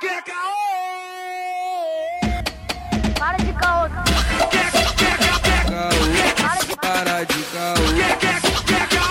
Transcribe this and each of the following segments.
é Para de caô. Para Para de de caô.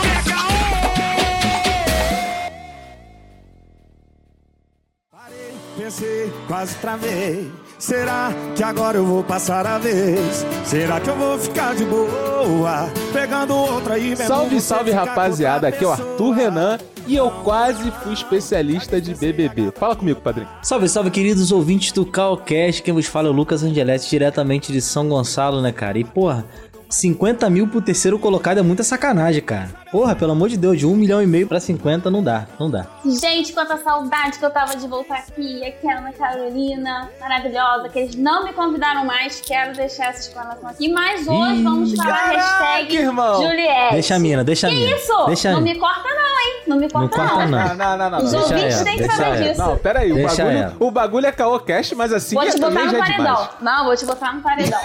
Parei, pensei, quase travei. Será que agora eu vou passar a vez? Será que eu vou ficar de boa? Pegando outra e mesmo Salve, você salve ficar com rapaziada, outra aqui é o pessoa? Arthur Renan e eu quase fui especialista de BBB. Fala comigo, padrinho. Salve, salve, queridos ouvintes do Calcast. Quem vos fala é o Lucas Angeletti, diretamente de São Gonçalo, né, cara? E, porra, 50 mil pro terceiro colocado é muita sacanagem, cara. Porra, pelo amor de Deus, de 1 milhão e meio pra 50 não dá, não dá. Gente, quanta saudade que eu tava de voltar aqui. Aqui é a Ana Carolina, maravilhosa, que eles não me convidaram mais. Quero deixar essa exclamação aqui. Mas hoje Ih, vamos falar caraca, hashtag irmão. Juliette. Deixa a mina, deixa a É Que mina. isso? Deixa a não mina. me corta não, hein? Não me corta Não corta não. não, não, não. Ah. Os deixa ouvintes ela, têm que deixa saber ela. disso. Não, peraí, o Deixa bagulho, ela. o bagulho é caocast, mas assim Vou já- te botar também no já é paredão. demais. Não, vou te botar no paredão.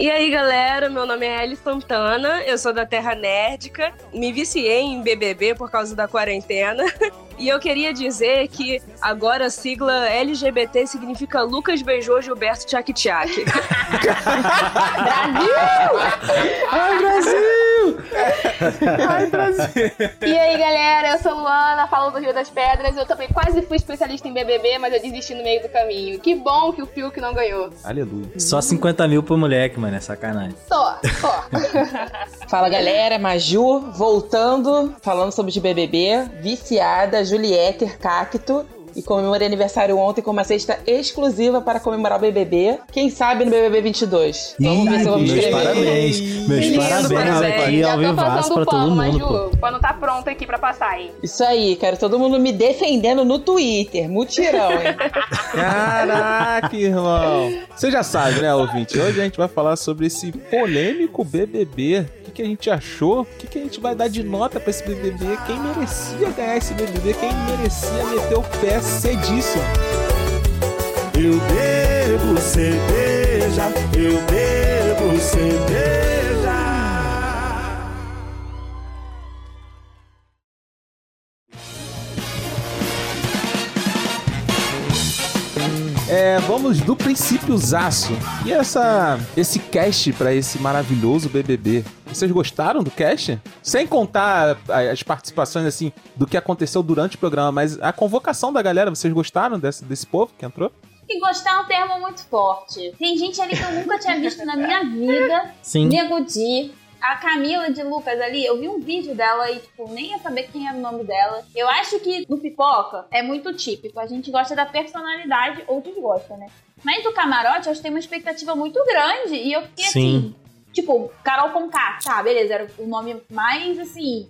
E aí, galera, meu nome é Ellie Santana, eu sou da Terra Nerdica, me viciei em BBB por causa da quarentena. E eu queria dizer que agora a sigla LGBT significa Lucas beijou Gilberto Tchak Tchak. Ai, Brasil! E aí, galera, eu sou Luana, falo do Rio das Pedras. Eu também quase fui especialista em BBB, mas eu desisti no meio do caminho. Que bom que o Fiuk não ganhou. Aleluia. Só 50 mil pro moleque, mano, é sacanagem. Só, só. Fala galera, Maju, voltando, falando sobre de BBB, viciada, Juliette, cacto. E comemorei aniversário ontem com uma cesta exclusiva para comemorar o BBB. Quem sabe no BBB 22. Vamos ver se eu vou me meus inscrever. parabéns. Meus Menino, parabéns parabéns. aqui Já ao tô vivaço passando pra o todo pano, mundo, pô. Maju. O pano tá pronto aqui pra passar, hein? Isso aí, quero todo mundo me defendendo no Twitter. Mutirão, hein? Caraca, irmão. Você já sabe, né, ouvinte? Hoje a gente vai falar sobre esse polêmico BBB. O que, que a gente achou? O que, que a gente vai dar de nota pra esse BBB? Quem merecia ganhar esse BBB? Quem merecia meter o pé cedíssimo? Eu bebo cerveja, eu bebo cerveja. É, vamos do princípio zaço. E essa, esse cast pra esse maravilhoso BBB? Vocês gostaram do cast? Sem contar a- as participações, assim, do que aconteceu durante o programa, mas a convocação da galera, vocês gostaram desse, desse povo que entrou? E gostar é um termo muito forte. Tem gente ali que eu nunca tinha visto na minha vida. Sim. Nego Di. A Camila de Lucas ali, eu vi um vídeo dela e, tipo, nem ia saber quem era o nome dela. Eu acho que no pipoca é muito típico. A gente gosta da personalidade, outros gostam, né? Mas o camarote, eu acho que tem uma expectativa muito grande. E eu fiquei Sim. assim, tipo, Carol Conká, tá, beleza, era o nome mais, assim,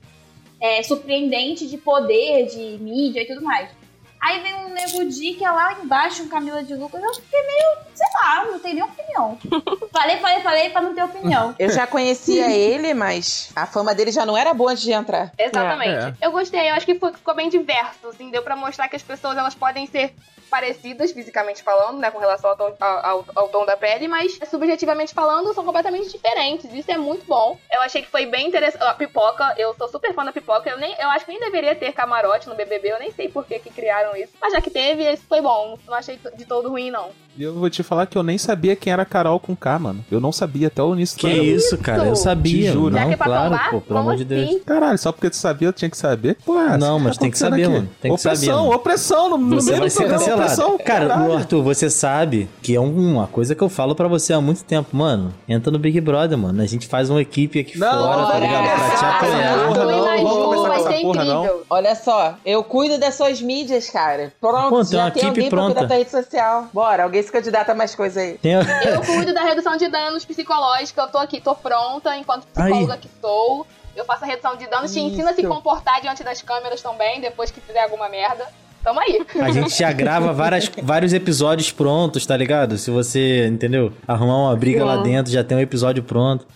é, surpreendente de poder, de mídia e tudo mais. Aí vem um Nego Di, que é lá embaixo, um Camila de Lucas. Eu fiquei meio, sei lá, não tenho nem opinião. falei, falei, falei pra não ter opinião. Eu já conhecia ele, mas a fama dele já não era boa antes de entrar. É, Exatamente. Eu gostei, eu acho que foi- ficou bem diverso, assim, deu pra mostrar que as pessoas elas podem ser parecidas fisicamente falando, né, com relação ao tom, ao- ao- ao tom da pele, mas subjetivamente falando são completamente diferentes. Isso é muito bom. Eu achei que foi bem interessante. A pipoca, eu sou super fã da pipoca. Eu nem, eu acho que nem deveria ter camarote no BBB. Eu nem sei por que, que criaram isso, mas já que teve, esse foi bom. Não achei de todo ruim não. E eu vou te falar que eu nem sabia quem era Carol com K, mano. Eu não sabia até o início do Que programa. isso, cara? Eu sabia. Te juro. Não, já que é pra claro, tombar, pô, pelo vamos amor de Deus. sim. Caralho, só porque tu sabia, eu tinha que saber? Pô, é, Não, o mas tá tem que acontecendo saber, aqui? mano. Tem que opressão, saber, mano. Opressão, no, no Você meio vai do ser programa, cancelado. opressão. Cara, caralho. o Arthur, você sabe que é uma coisa que eu falo pra você há muito tempo, mano. Entra no Big Brother, mano. A gente faz uma equipe aqui Não, é. fora, tá olha, ligado? Pra te essa apoiar. porra, Tu não, imagina, vamos começar com vai essa ser porra, não. é incrível. Olha só, eu cuido das suas mídias, cara. Pronto, Pô, tem já uma tem equipe alguém pra cuidar pronta. da rede social. Bora, alguém se candidata a mais coisa aí. Tem- Eu cuido da redução de danos psicológica, eu tô aqui, tô pronta, enquanto psicóloga que sou. Eu faço a redução de danos, te ensino a se Isso. comportar diante das câmeras também, depois que fizer alguma merda. Tamo aí. A gente já grava várias, vários episódios prontos, tá ligado? Se você, entendeu? Arrumar uma briga lá dentro, já tem um episódio pronto.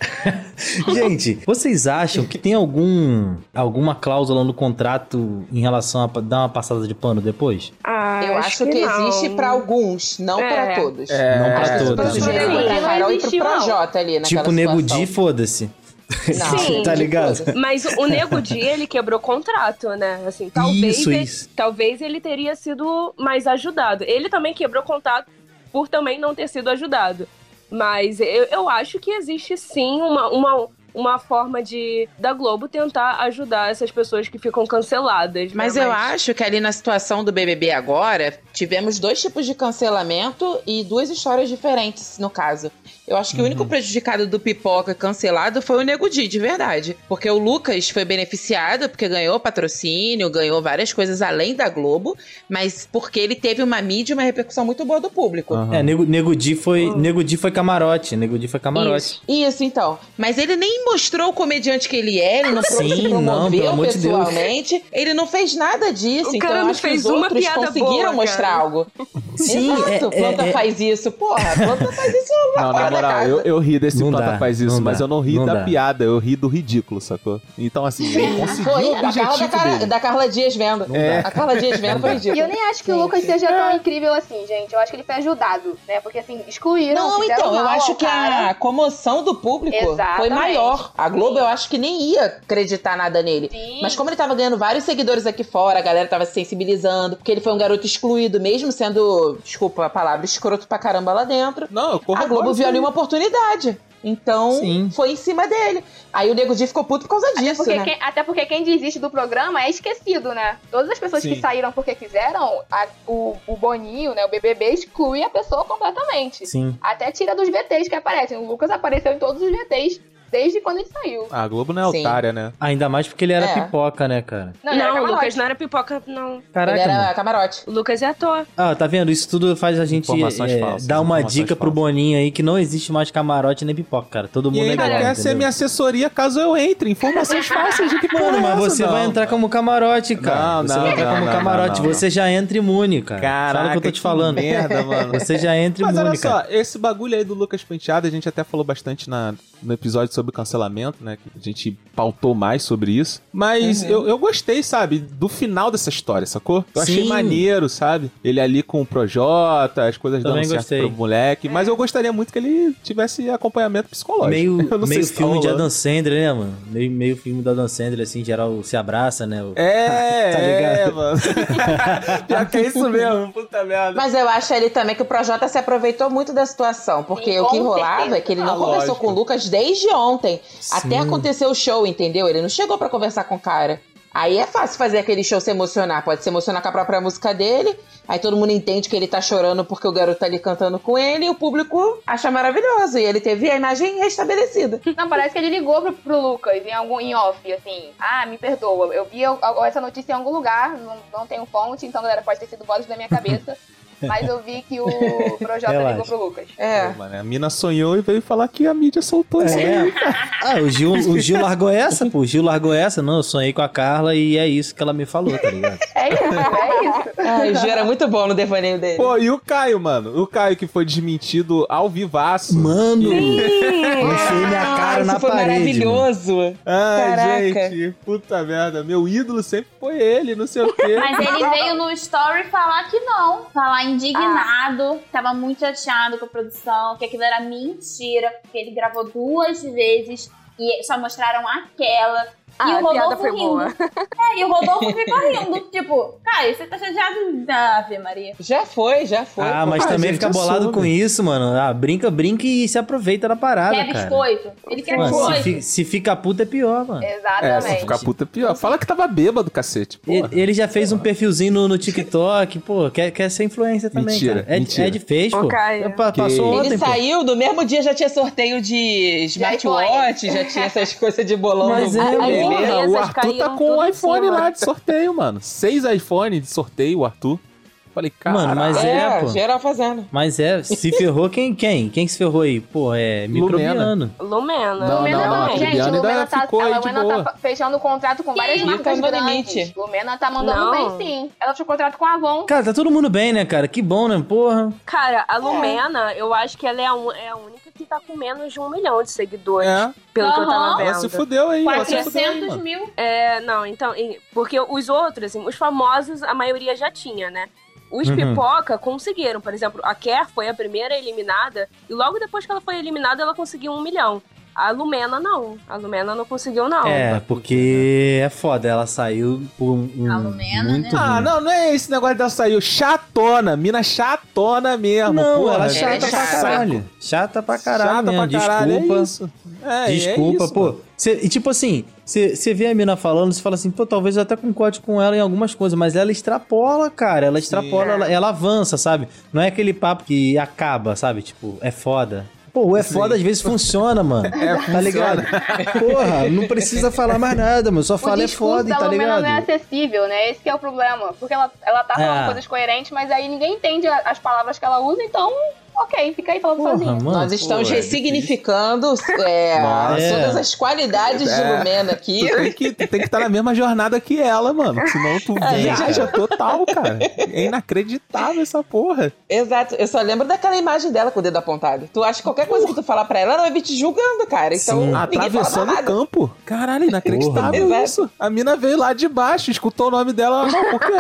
gente, vocês acham que tem algum alguma cláusula no contrato em relação a pa- dar uma passada de pano depois? Ah, Eu acho, que, não. existe pra alguns, não É. pra todos. É, Não pra Acho que todos, isso né? pra Carol e pro Não existe, não. Projota ali naquela tipo, nego situação. Di, foda-se. Não, Sim. tá ligado? Mas o Nego Di, ele quebrou contrato, né? Assim, talvez, Isso, ele- isso. talvez ele teria sido mais ajudado. Ele também quebrou contrato por também não ter sido ajudado. Mas eu, eu acho que existe sim uma, uma, uma forma de da Globo tentar ajudar essas pessoas que ficam canceladas. né? Mas eu acho que ali na situação do BBB agora, tivemos dois tipos de cancelamento e duas histórias diferentes, no caso. Eu acho que o Uhum. único prejudicado do Pipoca cancelado foi o Nego Di, de verdade. Porque o Lucas foi beneficiado, porque ganhou patrocínio, ganhou várias coisas além da Globo, mas porque ele teve uma mídia e uma repercussão muito boa do público. Aham. É, Nego, Nego Di foi, Nego Di foi camarote, Nego Di foi camarote. Isso. Ah. Isso, então. Mas ele nem mostrou o comediante que ele é, ele não pro- Sim, se promoveu não, pelo amor de Deus. pessoalmente, ele não fez nada disso, O então cara eu não acho que fez os uma outros piada conseguiram boa, mostrar cara. algo. Sim, Exato, é- é- planta é- faz isso, porra, planta faz isso lá Não, fora na da moral, casa. eu, eu ri desse Não planta dá, faz isso, não mas dá, eu não ri não da dá. piada, eu ri do ridículo, sacou? Então, assim, ele conseguiu Foi o a Carla da, objetivo Cara- dele. da Carla Dias vendo. É. A Carla Dias vendo foi E eu ridículo. nem acho que o Lucas seja É. tão incrível assim, gente. Eu acho que ele foi ajudado, né? Porque assim, excluíram. Não, fizeram então, eu mal acho ao que cara. a comoção do público foi Exatamente. maior. A Globo, eu acho que nem ia acreditar nada nele. Sim. Mas como ele tava ganhando vários seguidores aqui fora, a galera tava se sensibilizando, porque ele foi um garoto excluído, mesmo sendo, desculpa a palavra, escroto pra caramba lá dentro. Não, eu corro a Globo viu ali uma oportunidade. Então, assim? Sim. foi em cima dele. Aí o Nego Di ficou puto por causa Até disso, porque, né? quem, até porque quem desiste do programa é esquecido, né? Todas as pessoas Sim. que saíram porque quiseram, a- o, o Boninho, né? O BBB exclui a pessoa completamente. Sim. Até tira dos VTs que aparecem. O Lucas apareceu em todos os VTs desde quando ele saiu. A Globo não é Sim. otária, né? Ainda mais porque ele era É. pipoca, né, cara? ele era Não, o camarote. Lucas não era pipoca, não. Caraca, ele era mano. camarote. O Lucas é ator. Ah, tá vendo? Isso tudo faz a gente Informações eh, falsas, dar uma informações dica pro falsas. Boninho aí que não existe mais camarote nem pipoca, cara. Todo E mundo é ainda igual, quer entendeu? ser minha assessoria caso eu entre. Informações falsas de que porra Mano, é mas essa? você Não. vai entrar como camarote, Não, cara. você não, vai entrar não, como não, camarote. não, não. Você já entra imune, cara. Fala o Caraca, que eu tô te falando. merda, mano. Você já entra Mas imune, olha cara. só, esse bagulho aí do Lucas Penteado, a gente até falou bastante na, no episódio sobre cancelamento, né? Que a gente pautou mais sobre isso. Uhum. Mas eu, eu gostei, sabe, do final dessa história, sacou? Eu achei Sim. maneiro, sabe? Ele ali com o Projota, as coisas Também dando certo gostei. pro moleque. Mas eu gostaria muito que ele tivesse acompanhamento psicológico. Meio, Eu não sei meio se tá filme de rolando. Adam Sandler, né, mano? Meio, meio filme do Adam Sandler, assim, geral se abraça, né? O- É, Tá é, ligado? mano. Pior que é isso mesmo, puta merda. Mas eu acho ali também que o Projota se aproveitou muito da situação, porque Sim, o que com rolava certeza. é que ele não Ah, conversou lógico. com o Lucas desde ontem. Sim. Até acontecer o show, entendeu? Ele não chegou pra conversar com o cara. Aí é fácil fazer aquele show se emocionar. Pode se emocionar com a própria música dele. Aí todo mundo entende que ele tá chorando porque o garoto tá ali cantando com ele. E o público acha maravilhoso. E ele teve a imagem restabelecida. Não, parece que ele ligou pro, pro Lucas em algum em off, assim. Ah, me perdoa. Eu vi al- al- essa notícia em algum lugar, não, não tenho fonte, então, galera, pode ter sido vozes da minha cabeça. mas eu vi que o Projota Relaxa. ligou pro Lucas. É. Pô, mano, a mina sonhou e veio falar que a mídia soltou isso aí. É. Ah, o Gil, o Gil largou essa, pô. O Gil largou essa. Não, eu sonhei com a Carla e é isso que ela me falou, tá ligado? É isso, é isso. Ai, o Gil era muito bom no devaneio dele. Pô, e o Caio, mano? O Caio que foi desmentido ao vivaço. Mano! Enfiei minha cara Ah, Isso na foi parede. mano. maravilhoso. Ai, Caraca. gente, puta merda. Meu ídolo sempre foi ele, não sei o quê. Mas ele veio no story falar que não. Falar indignado, tava muito chateado com a produção, que aquilo era mentira, porque ele gravou duas vezes e só mostraram aquela. Ah, e a o Rodolfo piada foi rindo. boa. É, e o Rodolfo ficou rindo. Tipo, cara, você tá chateado da Ave Maria. Já foi, já foi. Ah, mas Ah, também gente, fica bolado assume. com isso, mano. Ah, brinca, brinca e se aproveita da parada, quer cara. biscoito? Ele quer Mano, se, biscoito. fi- se fica puta é pior, mano. É, se Exatamente. ficar puta é pior. Fala que tava bêbado, cacete. Ele, Porra. ele já fez um perfilzinho no, no TikTok, pô, quer, quer ser influência também, Mentira, cara. Ed, mentira. Ed fez, pô. Ô, Caio. Pa- Que Passou isso. Ele ontem, pô. saiu, no mesmo dia já tinha sorteio de smartwatch, já tinha essas coisas de bolão Mas do é, Google, mano. As né? Porra, o empresas Arthur tá caíram com um tudo em iPhone cima. lá de sorteio, mano. Seis iPhone de sorteio, o Arthur. Falei, cara. Mano, mas é, É, pô. geral fazendo. Mas é, se ferrou quem? Quem? Quem se ferrou aí? Pô, é microbiano. Lumena. Não, Lumena não, não, não, a gente. Juliana ainda Lumena tá, ficou aí ela- de Lumena boa. tá fechando contrato com várias Ih, marcas tá no grandes. limite. Lumena tá mandando Não. bem, sim. Ela fechou contrato com a Avon. Cara, tá todo mundo bem, né, cara? Que bom, né? Porra. Cara, a Lumena, eu acho que ela é a, un- é a única que tá com menos de um milhão de seguidores. É, Pelo que eu tava Aham. vendo. ela se fudeu aí, ela se fudeu aí, 400 mano. mil. É, não, então, e- porque os outros, assim, os famosos, a maioria já tinha, né? Os Uhum. pipoca conseguiram, por exemplo, a Kerr foi a primeira eliminada, e logo depois que ela foi eliminada, ela conseguiu um milhão. A Lumena não. A Lumena não conseguiu, não. É, tá porque é foda, ela saiu por um. um né? A Lumena, muito né? ruim. Ah, não, não é esse negócio dela saiu. Chatona, mina chatona mesmo. Não, porra. ela é Chata chata é pra chata. caralho. Chata pra caralho. mesmo. pra caralho. Desculpa. é isso. É, é Desculpa, isso, pô. mano. Cê- e tipo assim, você vê a mina falando, você fala assim, pô, talvez eu até concorde com ela em algumas coisas, mas ela extrapola, cara. Ela extrapola, ela, ela avança, sabe? Não é aquele papo que acaba, sabe? Tipo, é foda. Pô, o é foda às vezes funciona, mano. É, Tá ligado? Porra, não precisa falar mais nada, mano. Só o fala é discurso foda, da tá Lumena ligado? não é acessível, né? Esse que é o problema. Porque ela, ela tá falando É. coisas coerentes, mas aí ninguém entende a- as palavras que ela usa, então, ok, fica aí falando sozinha. Porra, mano. Nós estamos pô, é ressignificando é, Nossa. todas as qualidades de É. Lumena aqui. Tu tem, que, tu tem que estar na mesma jornada que ela, mano. Senão tu É viaja total, cara. É inacreditável essa porra. Exato. Eu só lembro daquela imagem dela com o dedo apontado. Tu acha que qualquer coisa que tu falar pra ela, ela vai vir te julgando, cara. Então, Sim. ninguém fala Atravessando o nada. campo. Caralho, é inacreditável Porra. isso. A mina veio lá de baixo, escutou o nome dela. Ela, não, por quê?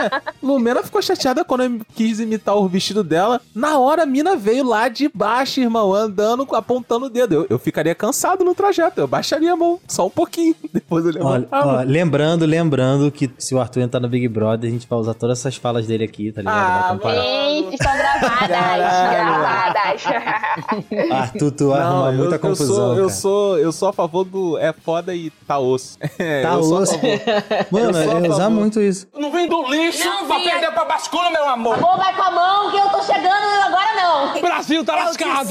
Lumena ficou chateada quando eu quis imitar o vestido dela. Na hora, a mina veio lá de baixo, irmão, andando, apontando o dedo. Eu, eu ficaria cansado no trajeto. Eu baixaria a mão, só um pouquinho. Depois é eu Olha, levantava. ó, lembrando, lembrando que se o Arthur entrar no Big Brother, a gente vai usar todas essas falas dele aqui, tá ligado? Ah, vai comparar. Gente, estão gravadas, gravadas. Arthur, tu arruma eu- muita eu, confusão. Sou, cara. eu, sou, eu sou a favor do é foda e tá osso. É, Tá eu sou a osso. favor. Mano, Eu sou a eu ia usar favor. muito isso. Não vem do lixo pra perder pra bascula, meu amor. Pô, vai com a mão que eu tô chegando agora não. O Brasil tá lascado.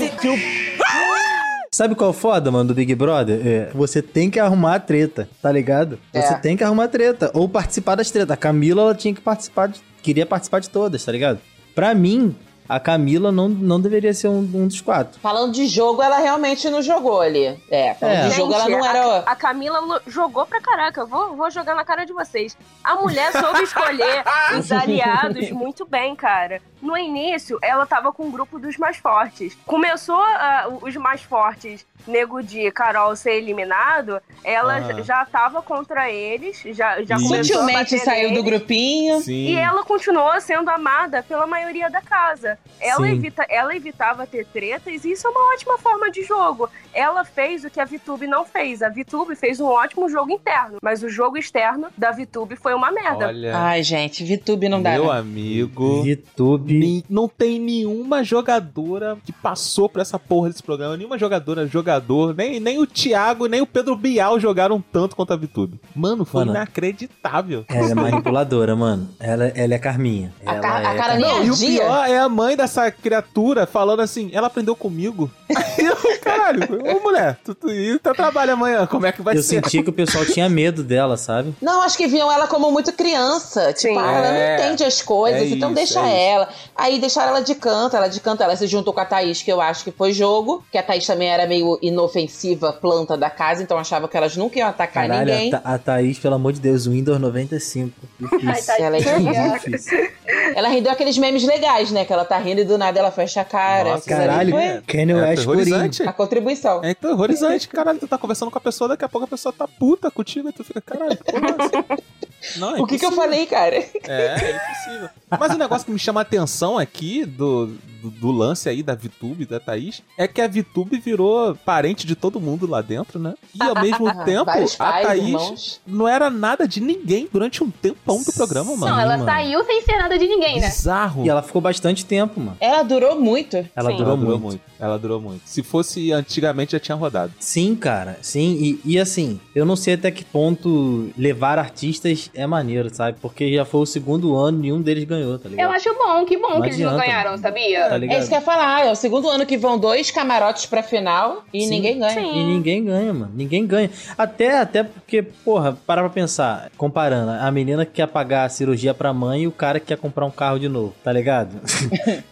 Sabe qual é o foda, mano, do Big Brother? É, você tem que arrumar a treta, tá ligado? É. Você tem que arrumar a treta. Ou participar das tretas. A Camila, ela tinha que participar, de, queria participar de todas, tá ligado? Pra mim, a Camila não, não deveria ser um, um dos quatro. Falando de jogo, ela realmente não jogou ali. É, falando É. de jogo, ela não era. a, a Camila lo- jogou pra caraca. Eu Vou, vou jogar na cara de vocês. A mulher soube escolher os aliados Ah. muito bem, cara. No início, ela tava com o grupo dos mais fortes. Começou ah, os mais fortes, Nego de Carol ser eliminado, ela Ah. j- já tava contra eles, já, já Isso. começou a Sutilmente bater saiu do neles. grupinho. Sim. E ela continuou sendo amada pela maioria da casa. Ela, Sim. evita, ela evitava ter tretas e isso é uma ótima forma de jogo. Ela fez o que a VTube não fez. A VTube fez um ótimo jogo interno, mas o jogo externo da VTube foi uma merda. É. Ah, Olha, Ai, gente, VTube não dá. meu né? amigo. YouTube. nem- Não tem nenhuma jogadora que passou por essa porra desse programa. Nenhuma jogadora, jogador. Nem, nem o Thiago, nem o Pedro Bial jogaram tanto quanto a Vitube. Mano, foi Mano. inacreditável. Ela é manipuladora, mano. Ela, ela é Carminha. A, ela Car- é a cara nem Não, e o ardia. pior é a mãe dessa criatura falando assim, ela aprendeu comigo. Aí eu, caralho, ô mulher, tu, tu, e o teu trabalho amanhã, como é que vai Eu ser? senti que o pessoal tinha medo dela, sabe? Não, acho que viam ela como muito criança. Tipo, Sim. ah, ela É. não entende as coisas, É então isso, deixa é ela. Aí deixaram ela de canto, ela de canto, ela se juntou com a Thaís, que eu acho que foi jogo, que a Thaís também era meio inofensiva, planta da casa, então achava que elas nunca iam atacar Caralho, ninguém. a, Tha- a Thaís, pelo amor de Deus, Windows 95. Ai, Difícil. tá Ela, é Muito difícil. ela rendeu aqueles memes legais, né? Que ela tá rindo e do nada ela fecha a cara. Nossa, Aquilo ali Caralho, foi Kanye é West Coringa. terrorizante. a contribuição. É terrorizante, caralho. Tu tá conversando com a pessoa, daqui a pouco a pessoa tá puta contigo e tu fica, caralho, que porra é essa? Não, é o que, que eu impossível. falei, cara? É, é impossível. Mas o negócio que me chama a atenção aqui do, do, do lance aí da VTube, da Thaís, é que a VTube virou parente de todo mundo lá dentro, né? E ao mesmo tempo, Vários a pais, Thaís irmãos. não era nada de ninguém durante um tempão do programa, mano. Não, ela mano. saiu sem ser nada de ninguém, né? Bizarro. E ela ficou bastante tempo, mano. Ela durou muito. É Ela Sim. durou, muito. Ela durou muito. Se fosse antigamente, já tinha rodado. Sim, cara. Sim, e, e assim, eu não sei até que ponto levar artistas é maneiro, sabe? Porque já foi o segundo ano e nenhum deles ganhou, tá ligado? Eu acho bom, que bom Não que eles não adianta. ganharam, sabia? Tá É isso que eu ia falar. É o segundo ano que vão dois camarotes pra final e Sim. ninguém ganha. Sim. E ninguém ganha, mano. Ninguém ganha. Até, até porque, porra, para pra pensar. Comparando, a menina que quer pagar a cirurgia pra mãe e o cara que quer comprar um carro de novo, tá ligado?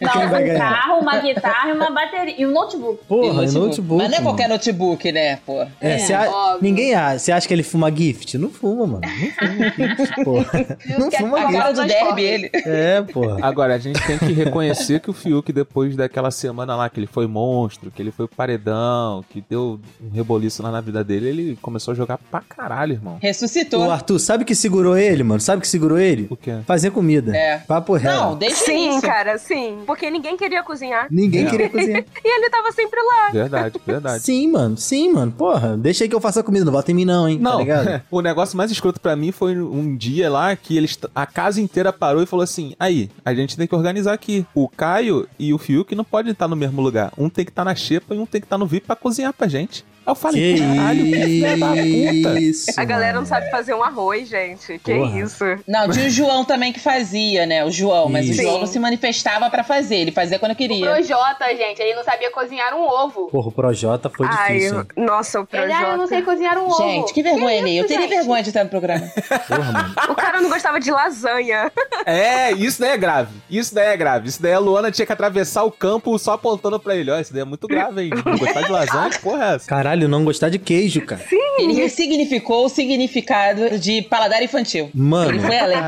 Não, Quem vai um ganhar? carro, uma guitarra e uma bateria. E um notebook. Porra, E e notebook. Mas não é mano. qualquer notebook, né, pô? É, cê a- óbvio. Ninguém a- Você acha que ele fuma gift? Não fuma, mano. Não fuma gift, porra. Viu? Não Que é fuma a A gift. cara Agora do nós derby, corre. ele. É, porra. Agora, a gente tem que reconhecer que o Fiuk, depois daquela semana lá que ele foi monstro, que ele foi paredão, que deu um reboliço lá na vida dele, ele começou a jogar pra caralho, irmão. Ressuscitou. O Arthur, sabe o que segurou ele, mano? Sabe o que segurou ele? O quê? Fazer comida. É. Papo reto. Não, desde o Sim, início. cara, sim. Porque ninguém queria cozinhar. Ninguém É. queria cozinhar. E ele tava sempre lá. Verdade, verdade. Sim, mano. Sim, mano. Porra, deixa aí que eu faça a comida. Não vota em mim, não, hein? Tá Não, ligado? o negócio mais escroto pra mim foi um dia lá que eles a casa inteira parou e falou assim: "Aí, a gente tem que organizar aqui. O Caio e o Fiuk não podem estar no mesmo lugar. Um tem que estar na xepa e um tem que estar no VIP pra cozinhar pra gente." Aí eu falei: Que "Caralho, que filha da puta." isso. A galera não mano. sabe fazer um arroz, gente. Que Porra. isso. Não, tinha o João também que fazia, né? O João, mas Isso. o João Sim. não se manifestava pra fazer, ele fazia quando O queria. Projota, gente, ele não sabia cozinhar um ovo. Porra, o Projota foi Ai, difícil. hein? nossa, o Ele, ah, eu não Projota. sei cozinhar um ovo. Gente, que vergonha ele. Eu isso, teria gente? vergonha de estar no programa. Porra, mano. O cara não gostava de lasanha. É, isso daí é grave. Isso daí é grave. Isso daí a Luana tinha que atravessar o campo só apontando pra ele. Ó, isso daí é muito grave, hein? Não Gostar de lasanha, que porra é essa? Caralho, não gostar de queijo, cara. Ele ressignificou o significado de paladar infantil. Mano. Ele foi além.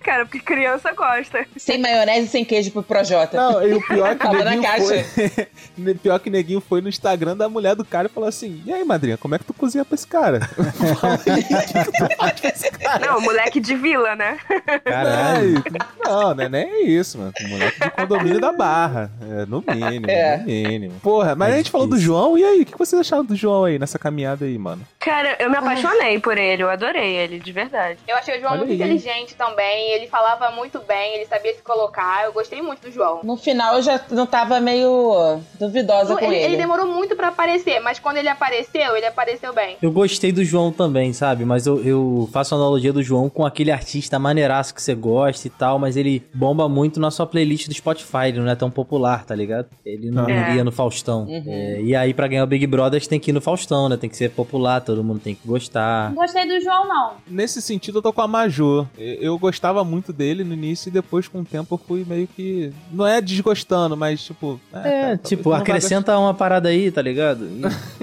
Cara, porque criança gosta. Sem maionese e sem queijo pro Projota. Não, e o pior que o Tava na neguinho caixa. foi... o pior que o neguinho foi no Instagram da mulher do cara e falou assim, e aí, madrinha, como é que tu cozinha pra esse cara? Não, moleque de vila, né? Caralho. Não, não é nem isso, mano. O moleque do condomínio da Barra. É, no mínimo, É. no mínimo. Porra, mas É a gente falou do difícil. João, e aí? O que vocês acharam do João aí, nessa caminhada aí, mano? Cara, eu me apaixonei por ele, eu adorei ele, de verdade. Eu achei o João Olha muito aí. inteligente também. Ele falava muito bem, ele sabia se colocar. Eu gostei muito do João. No final eu já não tava meio duvidosa com Ele, ele. ele demorou muito pra aparecer, mas quando ele apareceu, ele apareceu bem. Eu gostei do João também, sabe? Mas eu, eu faço analogia do João com aquele artista maneiraço que você gosta e tal, mas ele bomba muito na sua playlist do Spotify, ele não é tão popular, tá ligado? Ele não É. ia no Faustão. Uhum. É, e aí, pra ganhar o Big Brother, você tem que ir no Faustão, né? Tem que ser popular, todo mundo tem que gostar. Não gostei do João, não. Nesse sentido, eu tô com a Majô. E- Eu gostava muito dele no início e depois, com o tempo, eu fui meio que. Não é desgostando, mas tipo. ah, cara, É, talvez tipo, não vai acrescenta uma parada aí, tá ligado? gostar.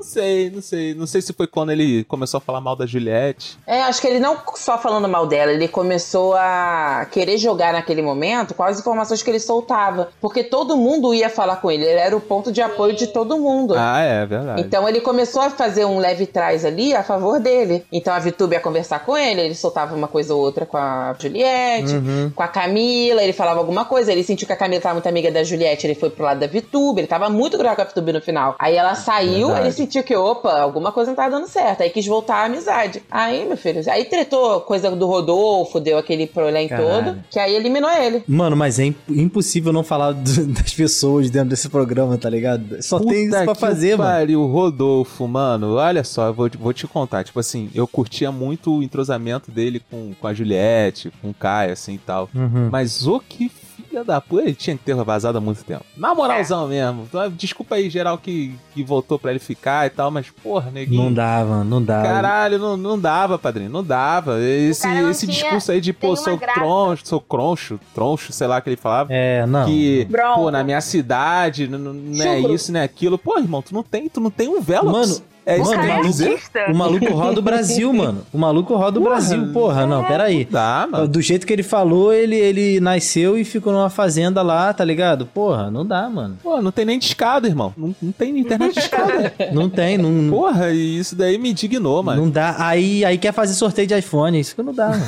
Não sei, não sei. Não sei se foi quando ele começou a falar mal da Juliette. É, acho que ele não só falando mal dela, ele começou a querer jogar naquele momento com as informações que ele soltava. Porque todo mundo ia falar com ele, ele era o ponto de apoio de todo mundo. Ah, é, verdade. Então ele começou a fazer um leve trás ali a favor dele. Então a Vitube ia conversar com ele, ele soltava uma coisa ou outra com a Juliette, Uhum. com a Camila, ele falava alguma coisa, ele sentiu que a Camila tava muito amiga da Juliette, ele foi pro lado da Vitube, ele tava muito grave com a Vitube no final. Aí ela saiu, Verdade. ele sentiu que, opa, alguma coisa não tava dando certo. Aí quis voltar à amizade. Aí, meu filho, aí tretou coisa do Rodolfo, deu aquele problema Caralho. todo, que aí eliminou ele. Mano, mas é imp- impossível não falar do- das pessoas dentro desse programa, tá ligado? Só tem isso pra que fazer, mano. pariu, Rodolfo, mano. Olha só, eu vou, te- vou te contar. Tipo assim, eu curtia muito o entrosamento dele com, com a Juliette, com o Caio, assim e tal. Uhum. Mas o que filha da puta, ele tinha que ter vazado há muito tempo. Na moralzão É. mesmo. Então, Desculpa aí, geral, que, que voltou pra ele ficar e tal, mas porra, neguinho. Não dava, não dava. Caralho, não, não dava, padrinho, não dava. Esse, cara não esse tinha discurso aí de, pô, nenhuma sou graça. troncho, sou croncho, troncho, sei lá que ele falava É, não. que, Bronco. pô, na minha cidade, n- n- não é Chucro. isso, não é aquilo. Pô, irmão, tu não tem, tu não tem um Velox. Mano, é mano, isso que eu o quero maluco- dizer. O maluco roda o Brasil, mano. O maluco roda o Brasil, porra. Não, peraí. Dá, mano. Do jeito que ele falou, ele, ele nasceu e ficou numa fazenda lá, tá ligado? Porra, não dá, mano. Pô, não tem nem discada, irmão. Não, não tem internet discada. Não tem, não, não, Porra, e isso daí me indignou, mano. não dá. Aí, aí quer fazer sorteio de iPhone, isso que não dá, mano.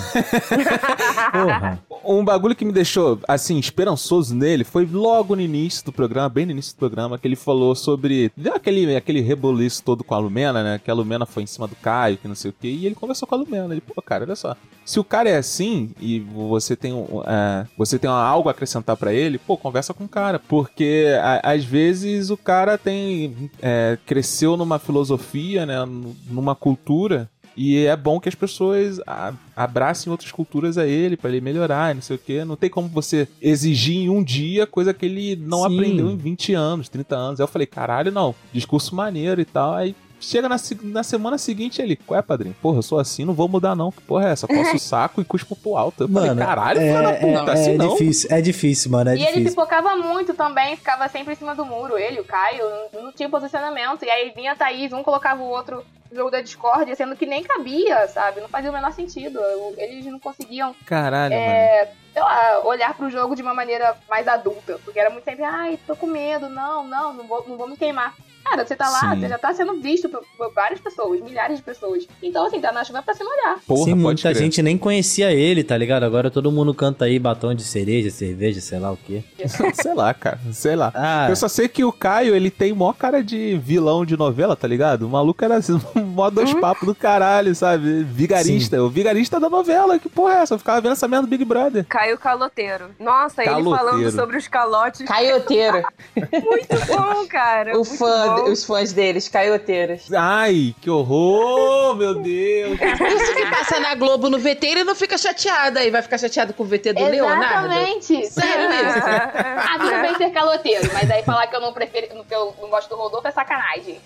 Porra. Um bagulho que me deixou, assim, esperançoso nele foi logo no início do programa, bem no início do programa, que ele falou sobre. Deu aquele, aquele reboliço todo com a Lumena, né? Que a Lumena foi em cima do Caio, que não sei o quê, e ele conversou com a Lumena. Ele, pô, cara, olha só. Se o cara é assim e você tem, um, é, você tem algo a acrescentar pra ele, pô, conversa com o cara. Porque a- às vezes o cara tem. é, cresceu numa filosofia, né? n- Numa cultura e é bom que as pessoas a- abracem outras culturas a ele, pra ele melhorar, e não sei o quê. Não tem como você exigir em um dia coisa que ele não Sim. aprendeu em 20 anos, 30 anos. Aí eu falei, caralho, não, discurso maneiro e tal. Aí chega na, se- na semana seguinte ele, ué, padrinho, porra, eu sou assim, não vou mudar não. Que porra é essa? Coço o saco e cuspo pro alto. Eu Mano, falei, caralho, é, filha da é, puta, é assim não. difícil, é difícil, mano, é e ele difícil. pipocava muito também, ficava sempre em cima do muro. Ele, o Caio, não- não tinha posicionamento. E aí vinha a Thaís, um colocava o outro no jogo da discórdia, sendo que nem cabia, sabe? Não fazia o menor sentido. Eu- Eles não conseguiam Caralho, mano. é, sei lá, olhar pro jogo de uma maneira mais adulta. Porque era muito sempre, ai, tô com medo, não, não, não vou, não vou me queimar. Cara, você tá lá, Sim. você já tá sendo visto por, por várias pessoas, milhares de pessoas. Então, assim, tá na chuva pra se molhar. Porra, Sim, pode muita crer. gente nem conhecia ele, tá ligado? Agora todo mundo canta aí batom de cereja, cerveja, sei lá o quê. sei lá, cara. Sei lá. Ah, Eu só sei que o Caio, ele tem mó cara de vilão de novela, tá ligado? O maluco era assim, mó dois papos do caralho, sabe? Vigarista. O vigarista da novela. Que porra é essa? Eu ficava vendo essa merda do Big Brother. Caio Caloteiro. Nossa, Caloteiro. ele falando sobre os calotes. Caioteiro. Muito bom, cara. o muito fã, bom. os fãs deles, caioteiros. Ai, que horror, meu Deus. Isso que passa na Globo no VT, ele não fica chateado aí. Vai ficar chateado com o VT do Leonardo? Exatamente. Sério isso? Ah, tudo bem ser caloteiro, mas aí falar que eu não prefiro, que eu não gosto do Rodolfo é sacanagem.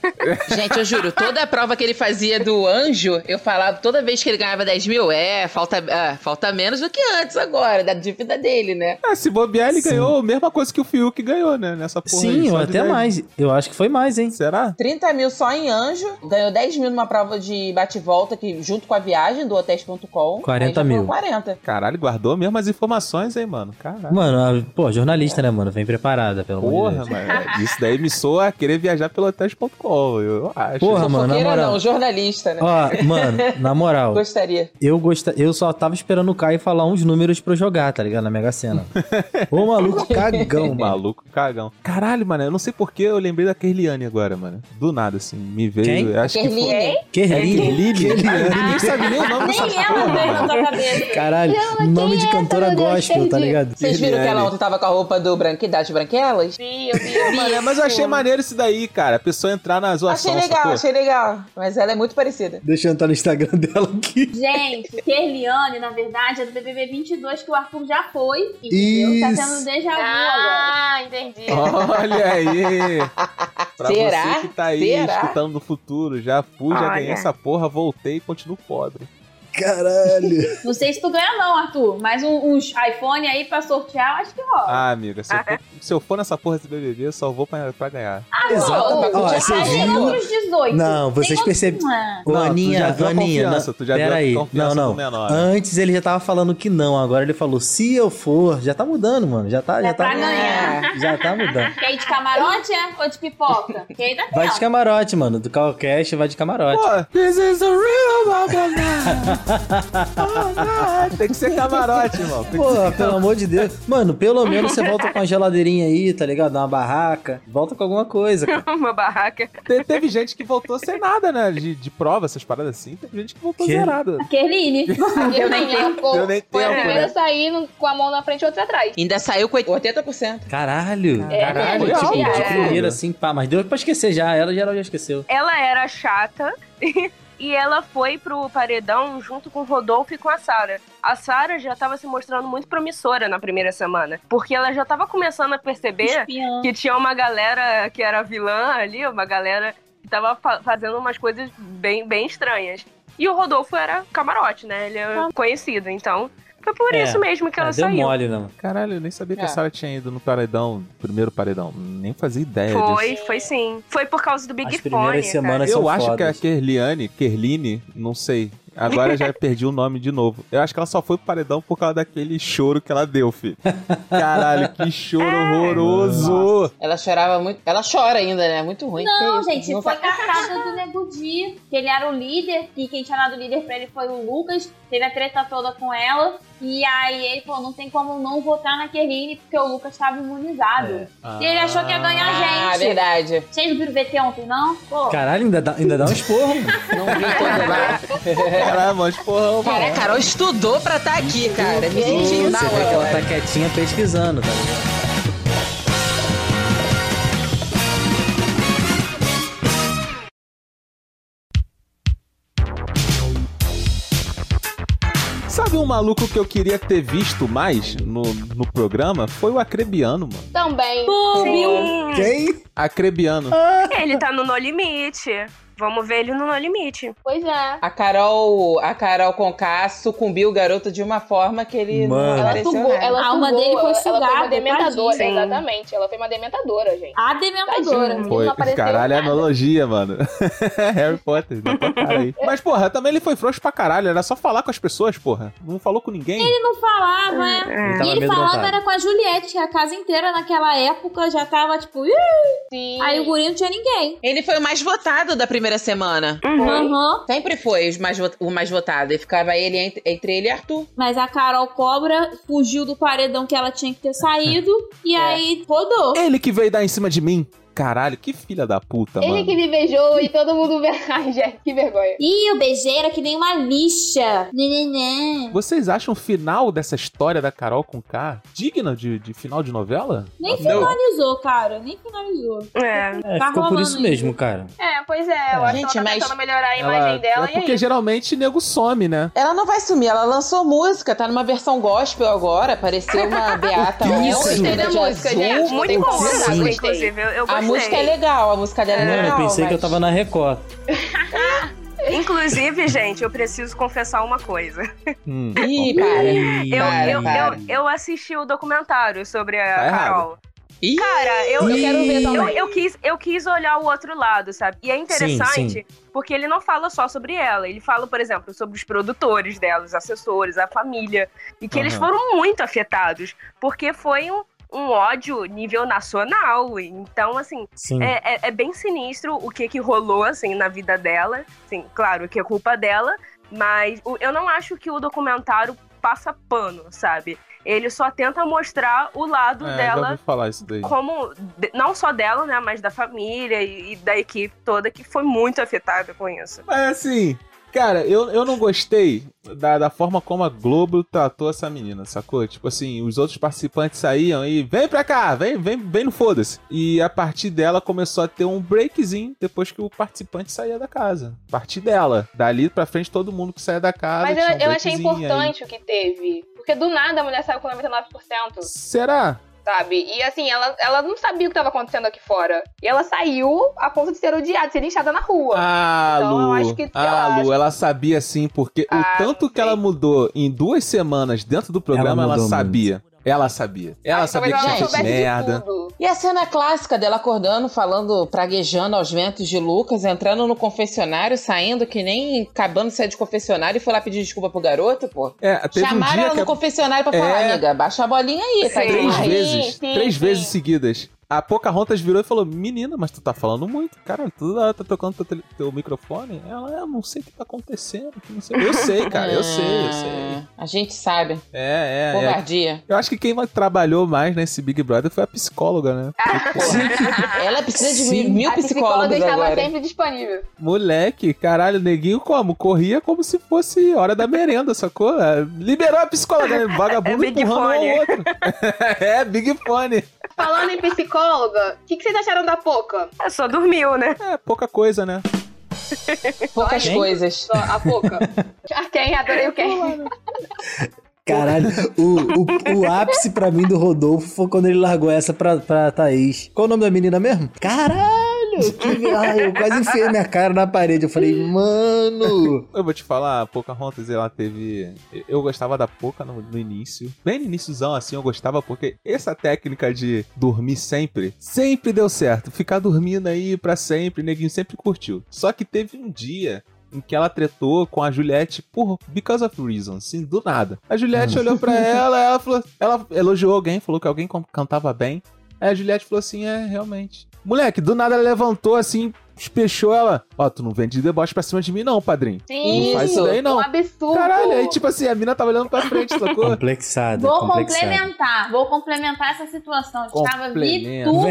Gente, eu juro, toda a prova que ele fazia do anjo, eu falava toda vez que ele ganhava 10 mil, é, falta, ah, falta menos do que antes agora, da dívida dele, né? Ah, se bobear, ele Sim. ganhou a mesma coisa que o Fiuk ganhou, né? Nessa porra aí, sim, ou só de até dez. mais. Eu acho que foi mais, hein? Será? 30 mil só em anjo, ganhou 10 mil numa prova de bate-volta, que, junto com a viagem do hotéis.com. 40 aí já foram mil. 40. Caralho, guardou mesmo as informações, hein, mano? Caralho. Mano, a- pô, jornalista, né, mano? Vem preparada, pelo amor de Porra, Deus. mano. Isso daí me soa a querer viajar pelo hotéis.com, eu acho. Porra, Ah, mano, na Fofoqueira moral. não, jornalista, né? Ó, mano, na moral, Gostaria. eu gosta... eu só tava esperando o Caio falar uns números pra eu jogar, tá ligado? Na Mega Sena. Ô, maluco cagão, Um mano. maluco cagão. Caralho, mano, eu não sei porquê eu lembrei da Kerliane agora, mano. Do nada, assim, me veio. Quem? eu Acho que foi... Kerline. Kerline. Kerliane. Ninguém sabe nem o nome dessa Nem ela porra, veio na mano. tua cabeça. Caralho, nome de cantora Meu Deus, gospel, tá perdi. ligado? Vocês viram que ela Kerline. ontem tava com a roupa do Branque, das Branquelas? Vi, eu vi, eu vi. Mano, é, mas eu achei maneiro isso daí, cara. A pessoa entrar na zoação, Achei legal, sacou? achei legal. Mas ela é muito parecida. Deixa eu entrar no Instagram dela aqui. Gente, Kerliane, na verdade, é do BBB 22 que o Arthur já foi. Entendeu? Tá Isso. tendo um déjà vu agora. Ah, entendi. Olha aí! Pra Será? você que tá aí Será? escutando no futuro, já fui, já Olha. ganhei essa porra, voltei e continuo pobre. Caralho. Não sei se tu ganha, não, Arthur. Mas um- uns iPhone aí pra sortear, eu acho que rola. Ah, amiga, se eu for, se eu for nessa porra desse BBB, eu só vou pra, pra ganhar. Ah, Exatamente. pô, Ó, já você é tem viu? outros 18. Não, vocês Tem outros- percebem- Ah. Ô, Não, tu já Aninha, deu a Aninha, confiança, não- tu já deu a peraí. confiança não, não. pro menor. Antes ele já tava falando que não, agora ele falou se eu for, já tá mudando, mano, já é tá, já, Já tá, tá ganhando. É, já tá mudando. Quer ir de camarote, é? Ou de pipoca? Porque aí dá Vai de tempo. camarote, mano, do Calcast vai de camarote. Pô, this is a real Babonai. Babonai. Tem que ser camarote, irmão. Tem que Pô, ser... pelo amor de Deus. Mano, pelo menos você volta com uma geladeirinha aí, tá ligado? Uma barraca. Volta com alguma coisa, cara. Uma barraca. Te- Teve gente que voltou sem nada, né? De, de prova, essas paradas assim. Teve gente que voltou Que? zerada. Kerline. Deu nem tempo. Deu nem assim, Foi a tempo, primeira né? a sair no- com a mão na frente e outra atrás. Ainda saiu com 80%. Caralho. Caralho, Foi, que tipo, viagem. de primeira, assim, pá. Mas deu pra esquecer já. Ela geral já esqueceu. Ela era chata e ela foi pro paredão junto com o Rodolfo e com a Sara. A Sara já tava se mostrando muito promissora na primeira semana, porque ela já tava começando a perceber Espião. que tinha uma galera que era vilã ali, uma galera que tava fa- fazendo umas coisas bem, bem estranhas. E o Rodolfo era camarote, né? Ele é conhecido, então foi por Ah. É. isso mesmo que ela Ah, deu saiu. mole, não. Caralho, eu nem sabia que É. a Sarah tinha ido no paredão, primeiro paredão. Nem fazia ideia disso. Foi, foi sim. Foi por causa do Big As Fone. tá? primeiras semanas Eu são acho que a fodas. Kerliane, Kerline, não sei. Agora já perdi o nome de novo. Eu acho que ela só foi pro paredão por causa daquele choro que ela deu, filho. Caralho, que choro horroroso! Ela chorava muito. Ela chora ainda, né? Muito ruim. Não, Que isso? gente, Não foi tá- caçada do Nego Di, que ele era o líder, e quem tinha dado líder pra ele foi o Lucas, teve a treta toda com ela, e aí ele falou, não tem como não votar na Kerline, porque o Lucas estava imunizado. E ele achou que ia ganhar Ah, gente. verdade. Vocês não viram o VT ontem, não? Pô, Caralho, ainda dá, ainda dá um uns porra. Não vi todo lá. Caralho, mas porra, é mano. Cara, a Carol estudou pra estar aqui, cara. Me sentindo na Você vê que ela hora. tá quietinha pesquisando, tá ligado? Sabe um maluco que eu queria ter visto mais no, no programa? Foi o Acrebiano, mano. Também. Sim. Quem? Acrebiano. Ele tá no No Limite. Vamos ver ele no No Limite. Pois é. A Carol, a Carol Conká sucumbiu o garoto de uma forma que ele Mano. não Ela apareceu sugou, nada. ela A alma sugou, dele foi ela- Ela foi sugada, uma dementadora, tadinha. exatamente. Ela foi uma dementadora, gente. A dementadora. Tadinho. Foi, Não apareceu caralho, é nada. analogia, mano. Harry Potter, na tua cara aí. Mas, porra, também ele foi frouxo pra caralho. Era só falar com as pessoas, porra. Não falou com ninguém. Ele não falava, né? Ele E tava ele falando amedrontado. era com a Juliette, que a casa inteira naquela época já tava tipo. "Ih", Sim. Aí o guri não tinha ninguém. Ele foi o mais votado da primeira semana. Uhum. Aham. Sempre foi os mais vo- o mais votado. E ficava ele entre, entre ele e Arthur. Mas a Carol Cobra fugiu do paredão que ela tinha que ter saído. e aí rodou. Ele que veio dar em cima de mim. Caralho, que filha da puta, Ele mano. que me beijou e todo mundo. ve- Ai, gente, que vergonha. Ih, o beijeira que nem uma lixa. Nenenã. Vocês acham o final dessa história da Carol com K digna de, de final de novela? Nem Não. finalizou, cara. Nem finalizou. É. É, Tá ficou por rolando isso ainda. mesmo, cara. É, pois é. Eu acho Gente, que ela tá mas tentando melhorar a imagem dela é e porque aí. geralmente nego some, né? Ela não vai sumir, ela lançou música, tá numa versão gospel agora, apareceu uma Beata Então, Que é um Mel, isso? um- vestida Gostei de da música, azul. gente. Muito bom, bom, sim. essa música, Gostei. inclusive. Eu, eu A gostei. música é legal, a música dela é Mano, eu legal. pensei que eu mas- tava na Record. Inclusive, gente, eu preciso confessar uma coisa. Hum. Ih, para. Eu, Para, eu, para. eu, eu assisti o documentário sobre a Tá errado. Carol. Ih, Cara, eu, Ih. eu quero ver também. Eu, eu quis, eu quis olhar o outro lado, sabe? E é interessante Sim, porque ele não fala só sobre ela. Ele fala, por exemplo, sobre os produtores dela, os assessores, a família. E que eles Aham. foram muito afetados. Porque foi um, um ódio nível nacional. Então, assim, Sim. é, é- é bem sinistro o que, que rolou, assim, na vida dela. Assim, claro que é culpa dela, mas o- eu não acho que o documentário passa pano, sabe? Ele só tenta mostrar o lado É, já dela ouvi falar isso daí. como de- não só dela, né, mas da família e, e da equipe toda que foi muito afetada com isso. Mas assim, cara, eu, eu não gostei da, da forma como a Globo tratou essa menina, sacou? Tipo assim, os outros participantes saíam e vem pra cá, vem, vem, vem no foda-se. E a partir dela começou a ter um breakzinho depois que o participante saía da casa. A partir dela. Dali pra frente, todo mundo que saia da casa. Mas tinha um eu, eu achei breakzinho aí. importante o que teve. Porque do nada a mulher saiu com 99%. Será? sabe? E assim, ela, ela não sabia o que tava acontecendo aqui fora. E ela saiu a ponto de ser odiada, de ser linchada na rua. Ah, Então, eu Lu. acho que- ah, eu acho Lu, ela sabia sim, porque Ah, o tanto não que ela sei. mudou em duas semanas dentro do programa, ela, mudou muito. sabia. Ela sabia. Ela Ai, sabia que talvez tinha ela feito soubesse de merda. tudo. E a cena clássica dela acordando, falando, praguejando aos ventos de Lucas, entrando no confessionário, saindo que nem acabando de sair de confessionário e foi lá pedir desculpa pro garoto, pô. É, teve um Chamaram dia ela que no confessionário pra falar, É. amiga, baixa a bolinha aí, tá Sim. três demais. Sim, vezes, sim, três sim. vezes seguidas, a Pocahontas virou e falou: Menina, mas tu tá falando muito, cara, tu tá- tá tocando teu, tele- teu microfone? Ela, eu não sei o que tá acontecendo, que não sei. Eu sei, cara, eu sei, eu sei. Ah, A gente sabe. É, é, é. Covardia. Eu acho que quem mais trabalhou mais nesse Big Brother foi a psicóloga, né? Ela precisa de Sim. mil, mil A psicóloga psicólogos estava agora. sempre disponível. Moleque, caralho, neguinho como? Corria como se fosse hora da merenda, sacou? É, Liberou a psicóloga, né? É vagabundo Big empurrando um Fone. ao outro. é, Big Fone. Falando em psicóloga, o que, que vocês acharam da Poca? É, Só dormiu, né? É, pouca coisa, né? Poucas Quem? coisas. Só A Poca? a Ken, adorei o Ken. Caralho, o, o, o ápice pra mim do Rodolfo foi quando ele largou essa pra, pra Thaís. Qual o nome da menina mesmo? Caralho! Que... Ai, eu quase enfiei minha cara na parede. Eu falei, mano. Eu vou te falar, a Pocahontas, ela teve... Eu gostava da Poca no, no início. Bem no iníciozão, assim, eu gostava porque essa técnica de dormir sempre, sempre deu certo. Ficar dormindo aí pra sempre, neguinho sempre curtiu. Só que teve um dia em que ela tretou com a Juliette por because of reasons, assim, do nada. A Juliette olhou pra ela, ela falou, ela elogiou alguém, falou que alguém can- cantava bem. Aí a Juliette falou assim: "É, realmente". Moleque, do nada ela levantou assim, espechou ela. Ó, tu não vem de deboche pra cima de mim não, padrinho. Sim, Não faz isso daí um não. absurdo. Caralho, aí tipo assim, a mina tava olhando pra frente, sacou? tá Complexada. Vou complexada. complementar, vou complementar essa situação. Estava Complementa. Vitube,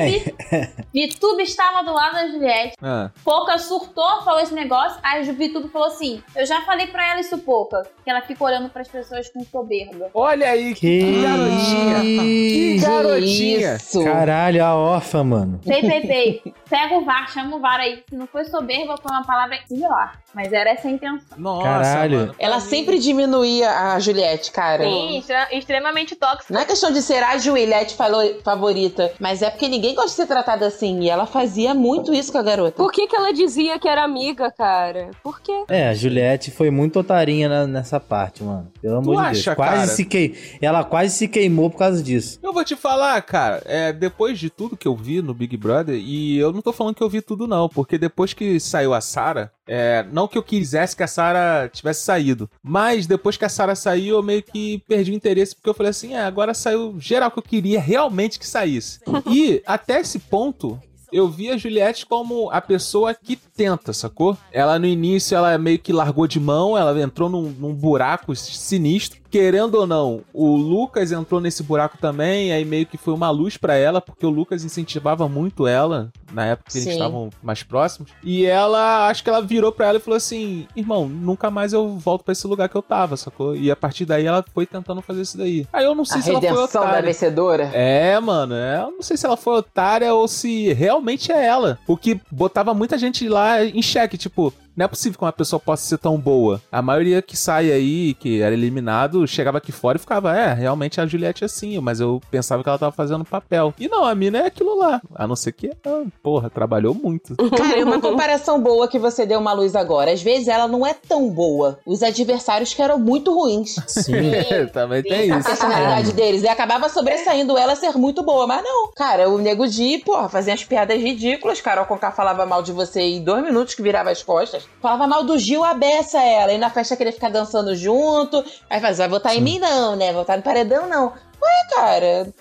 Véi, Vitube estava do lado da Juliette. Ah, Pouca surtou, falou esse negócio. Aí a Vitube falou assim: Eu já falei pra ela isso, Pouca, que ela fica olhando pras pessoas com soberba. Olha aí, que, que garotinha. Que garotinha. garotinha. Isso. Caralho, a órfã, mano. Pei, pei, pei. Pega o VAR, chama o VAR aí. Se não foi soberba, foi uma palavra similar. Mas era essa a intenção. Nossa, Caralho. mano. Ela sempre diminuía a Juliette, cara. Sim, extra- extremamente tóxico. Não é questão de ser a Juliette falo- favorita, mas é porque ninguém gosta de ser tratada assim. assim. E ela fazia muito isso com a garota. Por que, que ela dizia que era amiga, cara? Por quê? É, a Juliette foi muito otarinha na- nessa parte, mano. Pelo amor de acha, Deus. Quase cara? se quei... Ela quase se queimou por causa disso. Eu vou te falar, cara, é, depois de tudo que eu vi no Big Brother, e eu não tô falando que eu vi tudo, não, porque depois que saiu a Sarah, é, não que eu quisesse que a Sarah tivesse saído, mas depois que a Sarah saiu, eu meio que perdi o interesse, porque eu falei assim, é, agora saiu geral que eu queria realmente que saísse. E até esse ponto, eu vi a Juliette como a pessoa que tenta, sacou? Ela no início, ela meio que largou de mão, ela entrou num, num buraco sinistro. Querendo ou não, o Lucas entrou nesse buraco também, aí meio que foi uma luz pra ela, porque o Lucas incentivava muito ela, na época que eles Sim. estavam mais próximos. E ela, acho que ela virou pra ela e falou assim: irmão, nunca mais eu volto pra esse lugar que eu tava, sacou? E a partir daí ela foi tentando fazer isso daí. Aí eu não sei A se ela foi redenção da otária. vencedora. É, mano, é, eu não sei se ela foi otária ou se realmente é ela. O que botava muita gente lá em xeque, tipo, não é possível que uma pessoa possa ser tão boa. A maioria que sai aí, que era eliminado, chegava aqui fora e ficava, é, realmente a Juliette é assim, mas eu pensava que ela tava fazendo papel. E não, a mina é aquilo lá. A não ser que ela, porra, trabalhou muito. Cara, é uma comparação boa que você deu uma luz agora. Às vezes ela não é tão boa. Os adversários que eram muito ruins. Sim. Também tem A isso. personalidade deles. E acabava sobressaindo ela ser muito boa. Mas não. Cara, o Nego Di, porra, fazia as piadas ridículas. Carol Conká falava mal de você em dois minutos que virava as costas. Falava mal do Gil a beça ela. E na festa queria ficar dançando junto. Aí fazia, vai votar em mim não, né? Votar no paredão não. Ué, cara...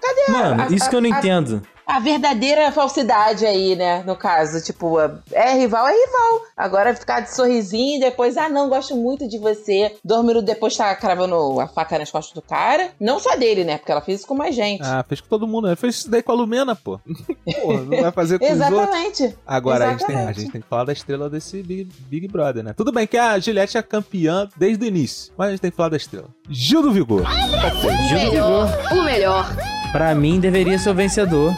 Cadê a- a, Mano, isso que eu não a- entendo. a verdadeira falsidade aí, né? No caso, tipo, é rival, é rival. Agora ficar de sorrisinho, depois, ah, não, gosto muito de você. Dois minutos depois tá cravando a faca nas costas do cara. Não só dele, né? Porque ela fez isso com mais gente. Ah, fez com todo mundo. né? Fez isso daí com a Lumena, pô. Porra, não vai fazer com os outros. Exatamente. Agora a gente, tem, Exatamente. a gente tem que falar da estrela desse Big, Big Brother, né? Tudo bem que a Juliette é campeã desde o início, mas a gente tem que falar da estrela. Gil do Vigor. Ah, Gil do melhor, Vigor, o melhor. pra mim, deveria ser o vencedor.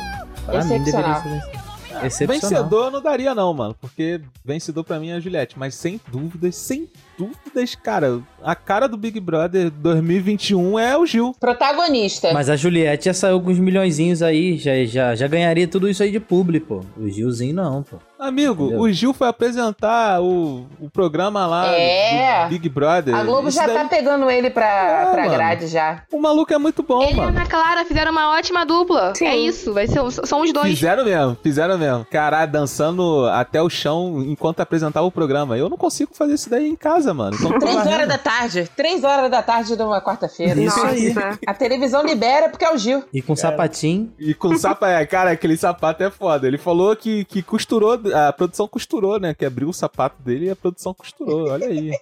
Pra mim, deveria Excepcional. ser o vencedor. Excepcional. Vencedor eu não daria, não, mano. Porque vencedor pra mim é a Juliette. Mas sem dúvidas, sem dúvidas, cara. A cara do Big Brother 2021 é o Gil. Protagonista. Mas a Juliette já saiu com uns milhõezinhos aí, já, já, já ganharia tudo isso aí de público, pô. O Gilzinho não, pô. Amigo, Entendeu? o Gil foi apresentar o, o programa lá É. do Big Brother. A Globo eh, Isso já daí- tá pegando ele pra, É, pra mano. grade já. O maluco é muito bom, Ele e a mano. Ana Clara fizeram uma ótima dupla. Sim. É isso, vai ser, um- são os dois. Fizeram mesmo, fizeram mesmo. Caralho, dançando até o chão enquanto apresentava o programa. Eu não consigo fazer isso daí em casa, mano. Então, tô Três varrendo. horas da tarde. Três horas da tarde numa quarta-feira. Isso Nossa. aí. Né? A televisão libera porque é o Gil. E com sapatinho. E com sapato, cara, aquele sapato é foda. Ele falou que, que costurou, a produção costurou, né? Que abriu o sapato dele e a produção costurou, olha aí.